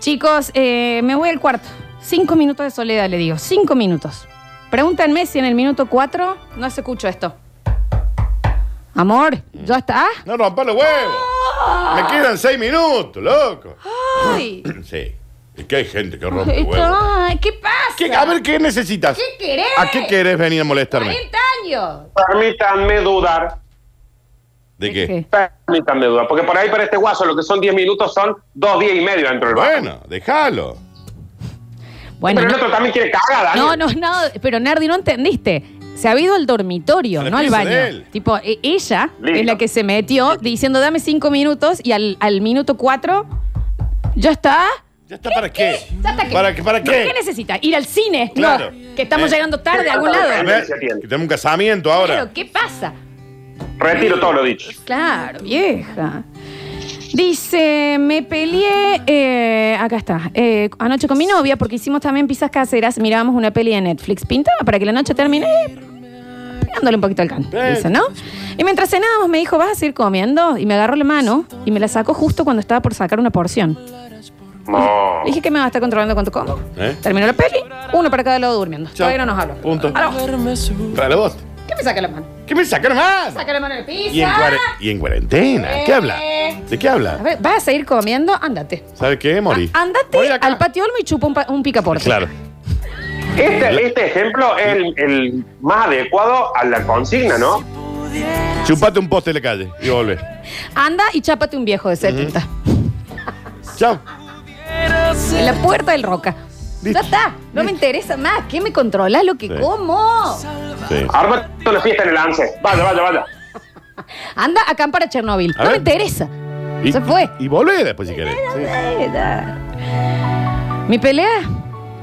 Speaker 1: Chicos, eh, me voy al cuarto. Cinco minutos de soledad, le digo. Cinco minutos. Pregúntenme si en el minuto cuatro no se escucho esto. Amor, ¿ya está?
Speaker 3: No rompa los huevos. Me quedan seis minutos, loco.
Speaker 1: Ah. Ay,
Speaker 3: [clears throat] Sí. Es que hay gente que rompe huevos.
Speaker 1: ay, ¿qué pasa?
Speaker 3: ¿Qué- a ver, ¿qué necesitas?
Speaker 1: ¿Qué querés?
Speaker 3: ¿A qué querés venir a molestarme?
Speaker 1: 40 años.
Speaker 2: Permítanme dudar.
Speaker 3: ¿De
Speaker 1: ¿De
Speaker 3: qué?
Speaker 1: qué?
Speaker 2: Permítanme dudar. Porque por ahí para este guaso lo que son 10 minutos son dos días y medio dentro del barco.
Speaker 3: Bueno, déjalo.
Speaker 1: Bueno,
Speaker 2: Pero el
Speaker 1: no-
Speaker 2: otro también quiere cagada.
Speaker 1: No, no, no, pero Nardi, no entendiste. Se ha ido al dormitorio,
Speaker 3: A la
Speaker 1: no al
Speaker 3: pieza
Speaker 1: baño.
Speaker 3: de él.
Speaker 1: Tipo, e- ella
Speaker 2: Listo.
Speaker 1: es la que se metió diciendo, dame cinco minutos y al, al minuto cuatro, ya está.
Speaker 3: ¿Ya está para qué?
Speaker 1: Ya está que-
Speaker 3: ¿Para qué? ¿Para qué?
Speaker 1: ¿Qué necesita? Ir al cine.
Speaker 3: Claro.
Speaker 1: No, que estamos
Speaker 3: Eh.
Speaker 1: llegando tarde a algún
Speaker 3: A
Speaker 1: lado.
Speaker 3: ver, que tenemos un casamiento ahora.
Speaker 1: Claro, ¿qué pasa?
Speaker 2: Retiro todo lo dicho.
Speaker 1: Claro, vieja. Dice, me peleé, eh, acá está, eh, anoche con mi novia porque hicimos también pizzas caseras, mirábamos una peli de Netflix, pintaba para que la noche termine dándole un poquito al can,
Speaker 3: Bien.
Speaker 1: dice, ¿no? Y mientras cenábamos me dijo, ¿vas a seguir comiendo? Y me agarró la mano y me la sacó justo cuando estaba por sacar una porción.
Speaker 2: No.
Speaker 1: Le dije que me va a estar controlando cuánto como.
Speaker 3: ¿Eh?
Speaker 1: Terminó la peli, uno para cada lado durmiendo.
Speaker 3: Chao.
Speaker 1: Todavía no nos habló.
Speaker 3: Punto.
Speaker 1: Aló,
Speaker 3: Para vos.
Speaker 1: ¿Qué me saca la mano?
Speaker 3: ¿Qué me sacaron más?
Speaker 1: Saca la mano del piso.
Speaker 3: Y en, cuare- y en cuarentena. ¿Qué habla? ¿De qué
Speaker 1: Eh. A
Speaker 3: habla?
Speaker 1: ver, ¿vas a seguir comiendo? Ándate.
Speaker 3: ¿Sabes qué, Mori?
Speaker 1: A- Andate
Speaker 3: Morí acá.
Speaker 1: al patio Olmo y chupa un, pa- un picaporte.
Speaker 3: Claro.
Speaker 2: Este, este ejemplo es el, el más adecuado a la consigna, ¿no?
Speaker 3: Chupate un poste en la calle y volvés.
Speaker 1: Anda y chápate un viejo de 70.
Speaker 3: Chao.
Speaker 1: En la puerta del roca. Ya está. No me interesa más. ¿Qué me controlas lo que
Speaker 3: Sí.
Speaker 1: como?
Speaker 3: Sí.
Speaker 2: Arma una fiesta en el ANSE. Vaya, vaya, vaya.
Speaker 1: Anda a acampar a Chernobyl.
Speaker 3: A
Speaker 1: no me
Speaker 3: ver.
Speaker 1: interesa.
Speaker 3: Y,
Speaker 1: Se fue.
Speaker 3: Y volvé después si querés. Sí.
Speaker 1: Mi pelea,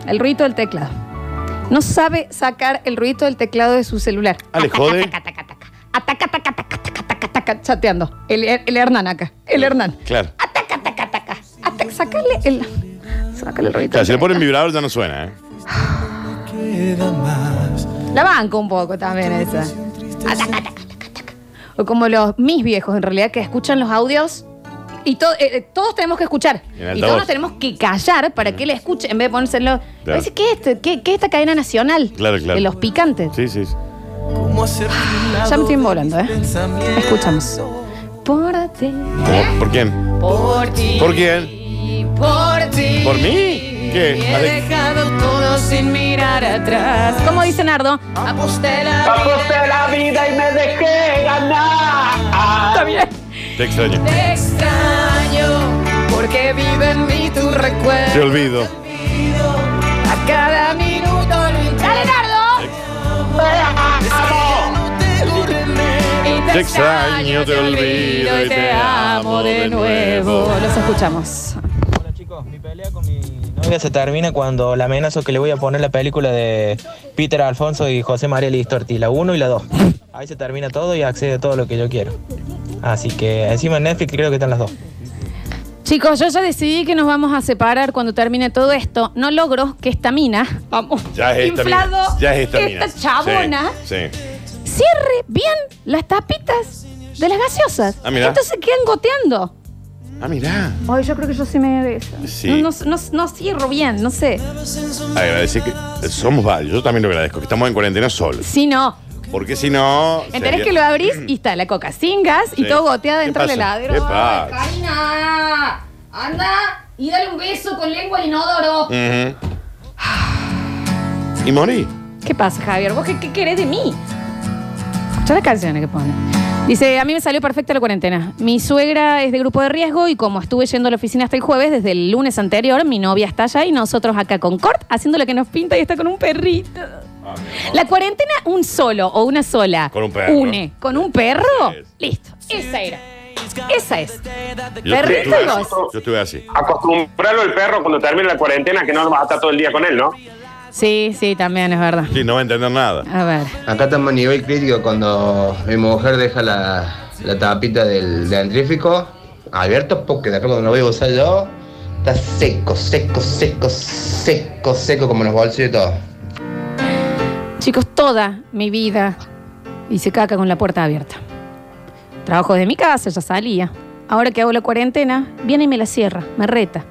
Speaker 1: el ruido del teclado. No sabe sacar el ruido del teclado de su celular.
Speaker 3: Ah, le jode.
Speaker 1: Ataca, ataca, ataca. Ataca, ataca, ataca, ataca, ataca, ataca, chateando. El, el Hernán acá. El Hernán. Ah,
Speaker 3: Claro.
Speaker 1: Ataca, ataca, ataca. Ataca, sacale el. Sacale el ruido.
Speaker 3: Claro, si le ponen vibrador ya no suena, ¿eh?
Speaker 1: La banco un poco también esa. Ataca, ataca, ataca, ataca. O como los mis viejos, en realidad, que escuchan los audios. Y to- eh, eh, todos tenemos que escuchar.
Speaker 3: En altavoz.
Speaker 1: Y todos nos tenemos que callar para que él escuche en vez de ponérselo. Parece que este- que- que esta cadena nacional
Speaker 3: Claro, claro.
Speaker 1: de los picantes.
Speaker 3: Sí, sí. sí.
Speaker 1: Ya me estoy volando, ¿eh? Escuchamos. Por ti.
Speaker 3: ¿Cómo? ¿Por quién?
Speaker 1: Por ti.
Speaker 3: ¿Por quién?
Speaker 1: Por ti.
Speaker 3: ¿Por mí? ¿Qué? Ale-
Speaker 1: dejado todo sin mirar atrás. ¿Cómo dice Nardo? Aposté la
Speaker 2: Aposté la vida y me dejé ganar.
Speaker 1: Está bien.
Speaker 3: Te extraño.
Speaker 1: Te extraño porque vive en mí tu
Speaker 3: Te
Speaker 1: recuerdo.
Speaker 3: olvido.
Speaker 1: A cada minuto lo intento. ¡Dale, Nardo! Y
Speaker 3: Te extraño, te olvido y te amo de nuevo.
Speaker 1: Los escuchamos.
Speaker 11: Hola chicos, mi pelea con mi novia se termina cuando la amenazo que le voy a poner la película de Peter Alfonso y José María Listorti, la 1 y la 2. Ahí se termina todo y accede a todo lo que yo quiero. Así que encima en Netflix creo que están las dos.
Speaker 1: Chicos, yo ya decidí que nos vamos a separar cuando termine todo esto. No logro que esta mina, vamos,
Speaker 3: Ya es esta mina.
Speaker 1: inflado,
Speaker 3: Ya es esta mina.
Speaker 1: esta chabona,
Speaker 3: Sí. sí.
Speaker 1: cierre bien las tapitas de las gaseosas.
Speaker 3: Ah, mirá.
Speaker 1: Entonces quedan goteando.
Speaker 3: Ah, mirá.
Speaker 1: Ay, yo creo que yo sí me de eso.
Speaker 3: Sí.
Speaker 1: No, no- no- no cierro bien, no sé.
Speaker 3: Agradecer que somos varios. Yo también lo agradezco. Que estamos en cuarentena solos.
Speaker 1: Sí, no.
Speaker 3: Porque si no.
Speaker 1: Enterés
Speaker 3: sería-
Speaker 1: que lo abrís
Speaker 3: [clears throat]
Speaker 1: y está la coca sin gas y
Speaker 3: Sí.
Speaker 1: todo gotea dentro
Speaker 3: ¿Qué
Speaker 1: del
Speaker 3: pasa?
Speaker 1: heladero.
Speaker 3: ¿Qué pasa?
Speaker 1: Ay, Karina, anda y dale un beso con lengua al inodoro.
Speaker 3: Ujú. Y morí.
Speaker 1: ¿Qué pasa, Javier? ¿Vos qué, qué querés de mí? Escuchá las canciones que pone. Dice, a mí me salió perfecta la cuarentena. Mi suegra es de grupo de riesgo y como estuve yendo a la oficina hasta el jueves, desde el lunes anterior, mi novia está allá y nosotros acá con Cort, haciendo lo que nos pinta y está con un perrito.
Speaker 3: Ah,
Speaker 1: La cuarentena, un solo o una sola.
Speaker 3: Con un perro.
Speaker 1: Une. Con un perro.
Speaker 3: Sí.
Speaker 1: Listo. Esa era. Esa es.
Speaker 3: Yo estuve-
Speaker 1: Perritos.
Speaker 3: yo estuve- Yo estuve así.
Speaker 2: Acostumbrarlo al perro cuando termine la cuarentena que no vas a estar todo el día con él, ¿no?
Speaker 1: Sí, sí, también es verdad.
Speaker 3: Sí, no va a entender nada.
Speaker 1: A ver.
Speaker 5: Acá estamos a nivel crítico cuando mi mujer deja la, la tapita del dentrífico abierto porque después cuando lo voy a usar yo está seco, seco, seco, seco, seco como los bolsillos y todo.
Speaker 1: Chicos, toda mi vida hice caca con la puerta abierta. Trabajo de mi casa, ya salía. Ahora que hago la cuarentena, viene y me la cierra, me reta.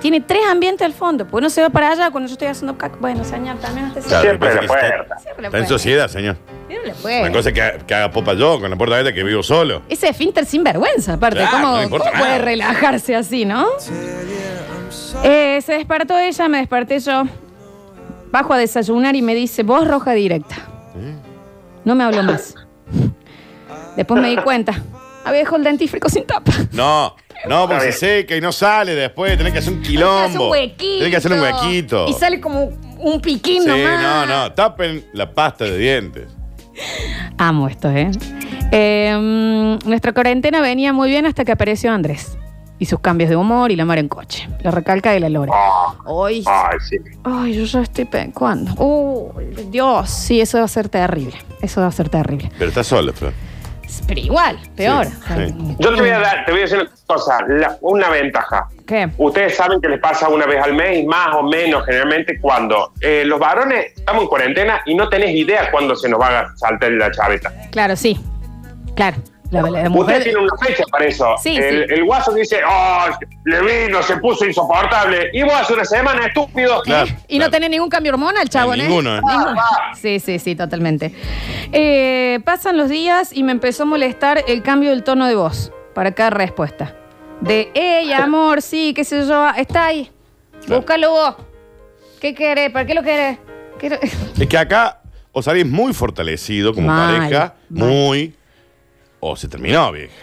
Speaker 1: Tiene tres ambientes al fondo, pues no se va para allá cuando yo estoy haciendo caca. Bueno, señor, también hasta
Speaker 3: Claro,
Speaker 2: Siempre
Speaker 3: me
Speaker 2: la
Speaker 3: parece que está-
Speaker 2: puerta.
Speaker 1: Siempre la
Speaker 3: Está en
Speaker 1: puerta.
Speaker 3: sociedad, señor.
Speaker 1: Pero le
Speaker 3: Una
Speaker 1: puede.
Speaker 3: cosa es que, que haga popa yo con la puerta abierta que vivo solo.
Speaker 1: Ese esfínter sin vergüenza, aparte.
Speaker 3: Claro,
Speaker 1: ¿Cómo,
Speaker 3: no le importa
Speaker 1: cómo puede
Speaker 3: nada.
Speaker 1: relajarse así, no? Eh, se despertó ella, me desperté yo. Bajo a desayunar y me dice, voz roja directa. No me habló más. Después me di cuenta. Había dejado el dentífrico sin tapa.
Speaker 3: No, no,
Speaker 2: Está
Speaker 3: porque se
Speaker 2: bien.
Speaker 3: seca y no sale después. Tenés que hacer un
Speaker 1: Hace un
Speaker 3: quilombo.
Speaker 1: huequito.
Speaker 3: Tenés que hacer un huequito.
Speaker 1: Y sale como un piquín
Speaker 3: Sí,
Speaker 1: nomás.
Speaker 3: no, no. Tapen la pasta de dientes.
Speaker 1: Amo esto, ¿eh? Eh, mm, Nuestra cuarentena venía muy bien hasta que apareció Andrés. Y sus cambios de humor y la mar en coche. La recalca de la lora. Hoy,
Speaker 2: Ay, sí.
Speaker 1: ay, yo ya estoy cuando. Oh, Dios, sí, eso va a ser terrible. Eso va a ser terrible.
Speaker 3: Pero está solo, Flor.
Speaker 1: Pero igual, peor. O sea,
Speaker 3: sí.
Speaker 2: Yo te voy a dar, te voy a decir una cosa, la- una ventaja.
Speaker 1: ¿Qué?
Speaker 2: Ustedes saben que les pasa una vez al mes, más o menos generalmente cuando eh, los varones estamos en cuarentena y no tenés idea cuándo se nos va a saltar la chaveta.
Speaker 1: Claro, sí. Claro. La, la
Speaker 2: Ustedes
Speaker 1: mujer-
Speaker 2: tienen una fecha para eso.
Speaker 1: Sí,
Speaker 2: el,
Speaker 1: sí.
Speaker 2: el guaso dice, oh, le vino, se puso insoportable. Y vos hace una semana, estúpido.
Speaker 3: Claro.
Speaker 1: [laughs] Y no
Speaker 3: claro.
Speaker 1: tenés ningún cambio hormonal, chabón. ¿eh?
Speaker 3: ninguno, ¿eh?
Speaker 1: Ninguno. Sí, sí, sí, totalmente. Eh, pasan los días y me empezó a molestar el cambio del tono de voz para cada respuesta. De, hey, amor, sí, qué sé yo, está ahí.
Speaker 3: Claro.
Speaker 1: Búscalo vos. ¿Qué querés? ¿Para qué lo querés? Quiero- [laughs]
Speaker 3: Es que acá o salís muy fortalecido como
Speaker 1: Mal,
Speaker 3: pareja,
Speaker 1: mal.
Speaker 3: muy. O se terminó, vieja.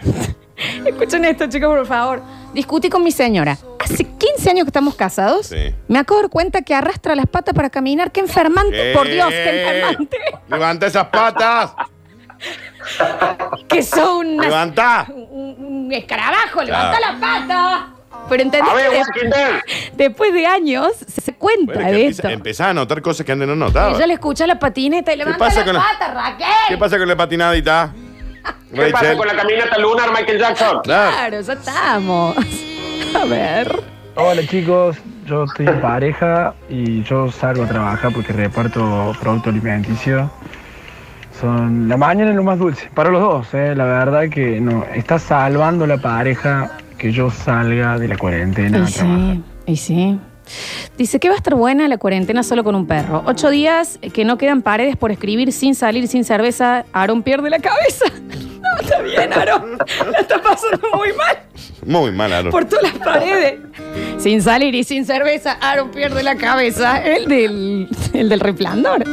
Speaker 1: Escuchen esto, chicos, por favor. Discutí con mi señora. Hace 15 años que estamos casados.
Speaker 3: Sí.
Speaker 1: Me acabo de dar cuenta que arrastra las patas para caminar. ¡Qué enfermante! Por Dios, qué
Speaker 3: Eh,
Speaker 1: enfermante.
Speaker 3: [laughs] Levanta esas
Speaker 1: [laughs]
Speaker 3: patas.
Speaker 1: que son unas
Speaker 3: Levanta.
Speaker 1: un, un escarabajo,
Speaker 3: Claro.
Speaker 1: levanta la pata. Pero entendés
Speaker 2: A ver,
Speaker 1: que de-
Speaker 2: Washington.
Speaker 1: después de años se se cuenta
Speaker 3: Bueno, es que
Speaker 1: de
Speaker 3: empieza-
Speaker 1: esto.
Speaker 3: empezás a notar cosas que antes no
Speaker 1: Ella
Speaker 3: notabas.
Speaker 1: le escucha la patineta y levanta
Speaker 3: pasa
Speaker 1: la
Speaker 3: con la-
Speaker 1: pata, Raquel.
Speaker 3: ¿Qué pasa con
Speaker 1: [laughs]
Speaker 3: la patinadita?
Speaker 2: ¿Qué pasa con la caminata lunar Michael Jackson?
Speaker 3: Claro.
Speaker 1: Claro, ya estamos. [laughs] A ver.
Speaker 9: Hola chicos, yo estoy en pareja y yo salgo a trabajar porque reparto producto alimenticio. Son la mañana es lo más dulce para los dos, eh, la verdad que no está salvando la pareja que yo salga de la cuarentena.
Speaker 1: Y
Speaker 9: a trabajar.
Speaker 1: sí, y sí. Dice que va a estar buena la cuarentena solo con un perro. Ocho días que no quedan paredes por escribir sin salir, sin cerveza. Aaron pierde la cabeza. [laughs] No, está bien, Aaron. La está pasando muy mal.
Speaker 3: Muy mal, Aaron.
Speaker 1: por todas las paredes. Sin salir y sin cerveza, Aaron pierde la cabeza. El del, el del resplandor.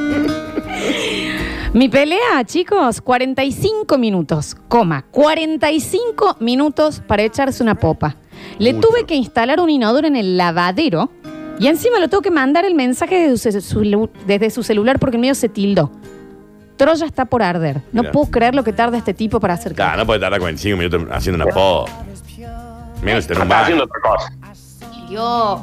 Speaker 1: Mi pelea, chicos, 45 minutos, coma, 45 minutos para echarse una popa. Le
Speaker 3: Mucho.
Speaker 1: tuve que instalar un inodoro en el lavadero y encima lo tengo que mandar el mensaje desde su, celu- desde su celular porque el mío se tildó. Troya está por arder. No
Speaker 3: Mirá.
Speaker 1: puedo creer lo que tarda este tipo para hacer
Speaker 3: Claro,
Speaker 1: caca.
Speaker 3: no puede tardar 45 minutos haciendo una po. Menos si tenés un
Speaker 2: Está haciendo
Speaker 3: baño.
Speaker 2: otra cosa.
Speaker 1: Dios.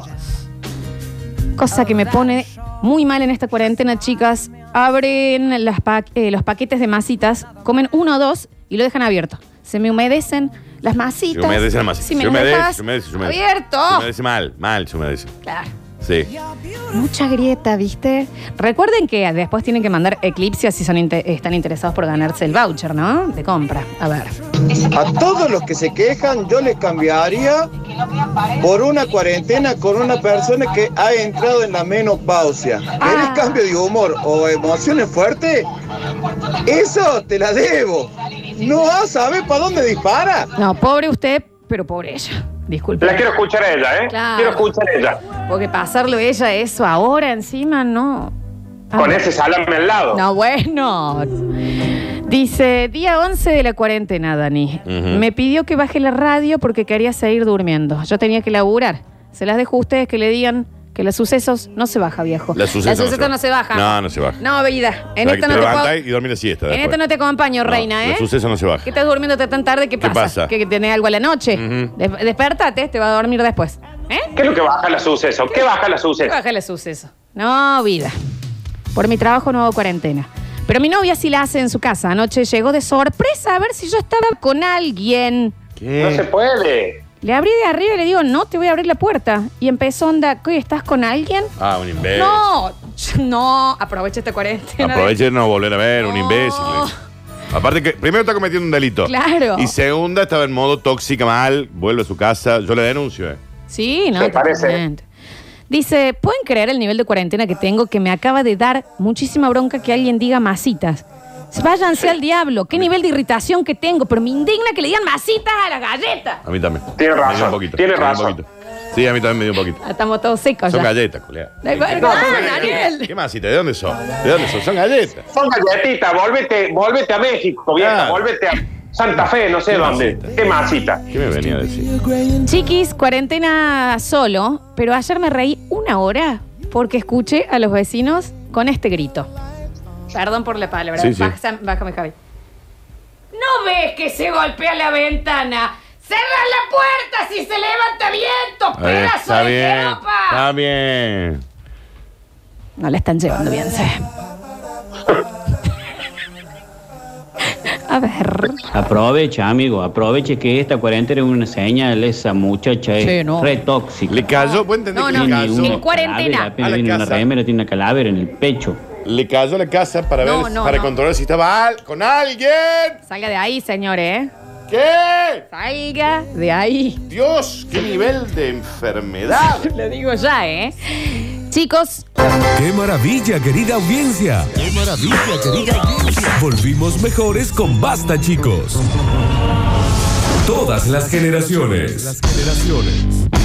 Speaker 1: Cosa que me pone muy mal en esta cuarentena, chicas. Abren las pa- eh, los paquetes de masitas, comen uno o dos y lo dejan abierto. Se me humedecen las masitas.
Speaker 3: Se humedece la masa.
Speaker 1: Si me
Speaker 3: se
Speaker 1: las
Speaker 3: humedece,
Speaker 1: dejas
Speaker 3: se humedece, se humedece.
Speaker 1: Abierto.
Speaker 3: Se humedece mal, mal se humedece.
Speaker 1: Claro.
Speaker 3: Sí.
Speaker 1: Mucha grieta, ¿viste? Recuerden que después tienen que mandar Eclipse si son inte- están interesados por ganarse el voucher, ¿no? De compra. A ver.
Speaker 9: A todos los que se quejan, yo les cambiaría por una cuarentena con una persona que ha entrado en la menopausia. ¿Querés
Speaker 1: Ah.
Speaker 9: cambio de humor o emociones fuertes? Eso te la debo. No sabes para dónde dispara.
Speaker 1: No, pobre usted, pero pobre ella. Disculpe.
Speaker 2: La quiero escuchar a ella, ¿eh?
Speaker 1: Claro.
Speaker 2: Quiero escuchar a ella.
Speaker 1: Porque pasarlo ella eso ahora encima, no. Ah,
Speaker 2: Con ese salame al lado.
Speaker 1: No, bueno. Dice, día 11 de la cuarentena, Dani.
Speaker 3: Ujú.
Speaker 1: Me pidió que baje la radio porque quería seguir durmiendo. Yo tenía que laburar. Se las dejo a ustedes que le digan Que los sucesos no se baja, viejo.
Speaker 3: La sucesión
Speaker 1: Los sucesos no se baja.
Speaker 3: No, no se baja.
Speaker 1: No, vida. En
Speaker 3: La
Speaker 1: esta
Speaker 3: que
Speaker 1: no
Speaker 3: te
Speaker 1: te,
Speaker 3: levantás
Speaker 1: puedo-
Speaker 3: y dormí la siesta.
Speaker 1: en
Speaker 3: después.
Speaker 1: esta no te acompaño,
Speaker 3: No,
Speaker 1: reina, ¿eh?
Speaker 3: Los sucesos no se
Speaker 1: Que
Speaker 3: bajan.
Speaker 1: estás durmiendo hasta tan tarde, ¿qué pasa?
Speaker 3: pasa?
Speaker 1: Que, que tenés algo a la noche.
Speaker 3: Ujú.
Speaker 1: Des- despertate, te va a dormir después. ¿Eh?
Speaker 2: ¿Qué es lo que baja la suceso? ¿Qué baja la suceso?
Speaker 1: Baja el suceso. No, vida. Por mi trabajo no hago cuarentena. Pero mi novia sí la hace en su casa. Anoche llegó de sorpresa a ver si yo estaba con alguien.
Speaker 2: No se puede.
Speaker 1: Le abrí de arriba y le digo, no, te voy a abrir la puerta. Y empezó onda, ¿qué? ¿Estás con alguien?
Speaker 3: Ah, un imbécil.
Speaker 1: No, [laughs] ch- no, aprovecha esta cuarentena.
Speaker 3: Aproveche de no volver a ver, un
Speaker 1: No.
Speaker 3: imbécil. Aparte que primero está cometiendo un delito.
Speaker 1: Claro.
Speaker 3: Y segunda estaba en modo tóxica mal, vuelve a su casa, yo le denuncio, eh.
Speaker 1: Sí, no,
Speaker 2: ¿Te parece?
Speaker 1: totalmente. Dice, ¿pueden creer el nivel de cuarentena que tengo que me acaba de dar muchísima bronca que alguien diga masitas? Váyanse al diablo, qué nivel de irritación que tengo, pero me indigna que le digan masitas a las galletas.
Speaker 3: A mí también.
Speaker 2: Tiene
Speaker 3: Me dio
Speaker 2: razón,
Speaker 3: Un poquito,
Speaker 2: tiene
Speaker 3: me dio un
Speaker 2: razón.
Speaker 3: poquito. Sí, a mí también me dio un poquito.
Speaker 1: Ah, Estamos todos secos
Speaker 3: Son
Speaker 1: ya.
Speaker 3: galletas, colega.
Speaker 1: Da igual,
Speaker 2: No,
Speaker 1: ah,
Speaker 2: son galletas.
Speaker 1: Daniel.
Speaker 3: ¿Qué más? ¿Y de dónde son? ¿De dónde son? Son galletas.
Speaker 2: Son galletitas, volvete, volvete a México, vieja,
Speaker 3: Claro.
Speaker 2: volvete a Santa Fe, no sé
Speaker 3: Qué
Speaker 2: dónde.
Speaker 3: masita.
Speaker 2: Qué masita.
Speaker 3: ¿Qué me venía a decir?
Speaker 1: Chiquis, cuarentena solo, pero ayer me reí una hora porque escuché a los vecinos con este grito. Perdón por la palabra.
Speaker 3: Sí, sí.
Speaker 1: Baja- bájame, Javi. ¿No ves que se golpea la ventana? ¡Cerra la puerta si se levanta viento,
Speaker 3: A ver,
Speaker 1: pedazo
Speaker 3: está
Speaker 1: de
Speaker 3: bien.
Speaker 1: jeropa!
Speaker 3: Está bien.
Speaker 1: No la están llevando bien, se ve. A ver.
Speaker 12: Aprovecha, amigo, aproveche que esta cuarentena es una señal, esa muchacha es
Speaker 8: Sí, no.
Speaker 12: re tóxica.
Speaker 3: Le cayó, vos entendés
Speaker 1: No,
Speaker 3: que
Speaker 1: no,
Speaker 3: le
Speaker 12: Tiene
Speaker 1: es
Speaker 3: cayó.
Speaker 1: en cuarentena.
Speaker 12: calavera, apenas
Speaker 3: A la
Speaker 12: viene una
Speaker 3: casa.
Speaker 12: remera, tiene una calavera en el pecho.
Speaker 3: Le cayó a la casa para
Speaker 1: No,
Speaker 3: ver,
Speaker 1: no,
Speaker 3: para
Speaker 1: no.
Speaker 3: controlar si estaba al- con alguien.
Speaker 1: Salga de ahí, señores, ¿eh?
Speaker 3: ¿Qué?
Speaker 1: Salga de ahí. [laughs]
Speaker 3: Dios, qué nivel de enfermedad.
Speaker 1: Lo digo ya, ¿eh? Chicos,
Speaker 13: ¡Qué maravilla, querida audiencia! ¡Qué maravilla, querida audiencia! Volvimos mejores con Basta, chicos. Todas las generaciones. Las generaciones.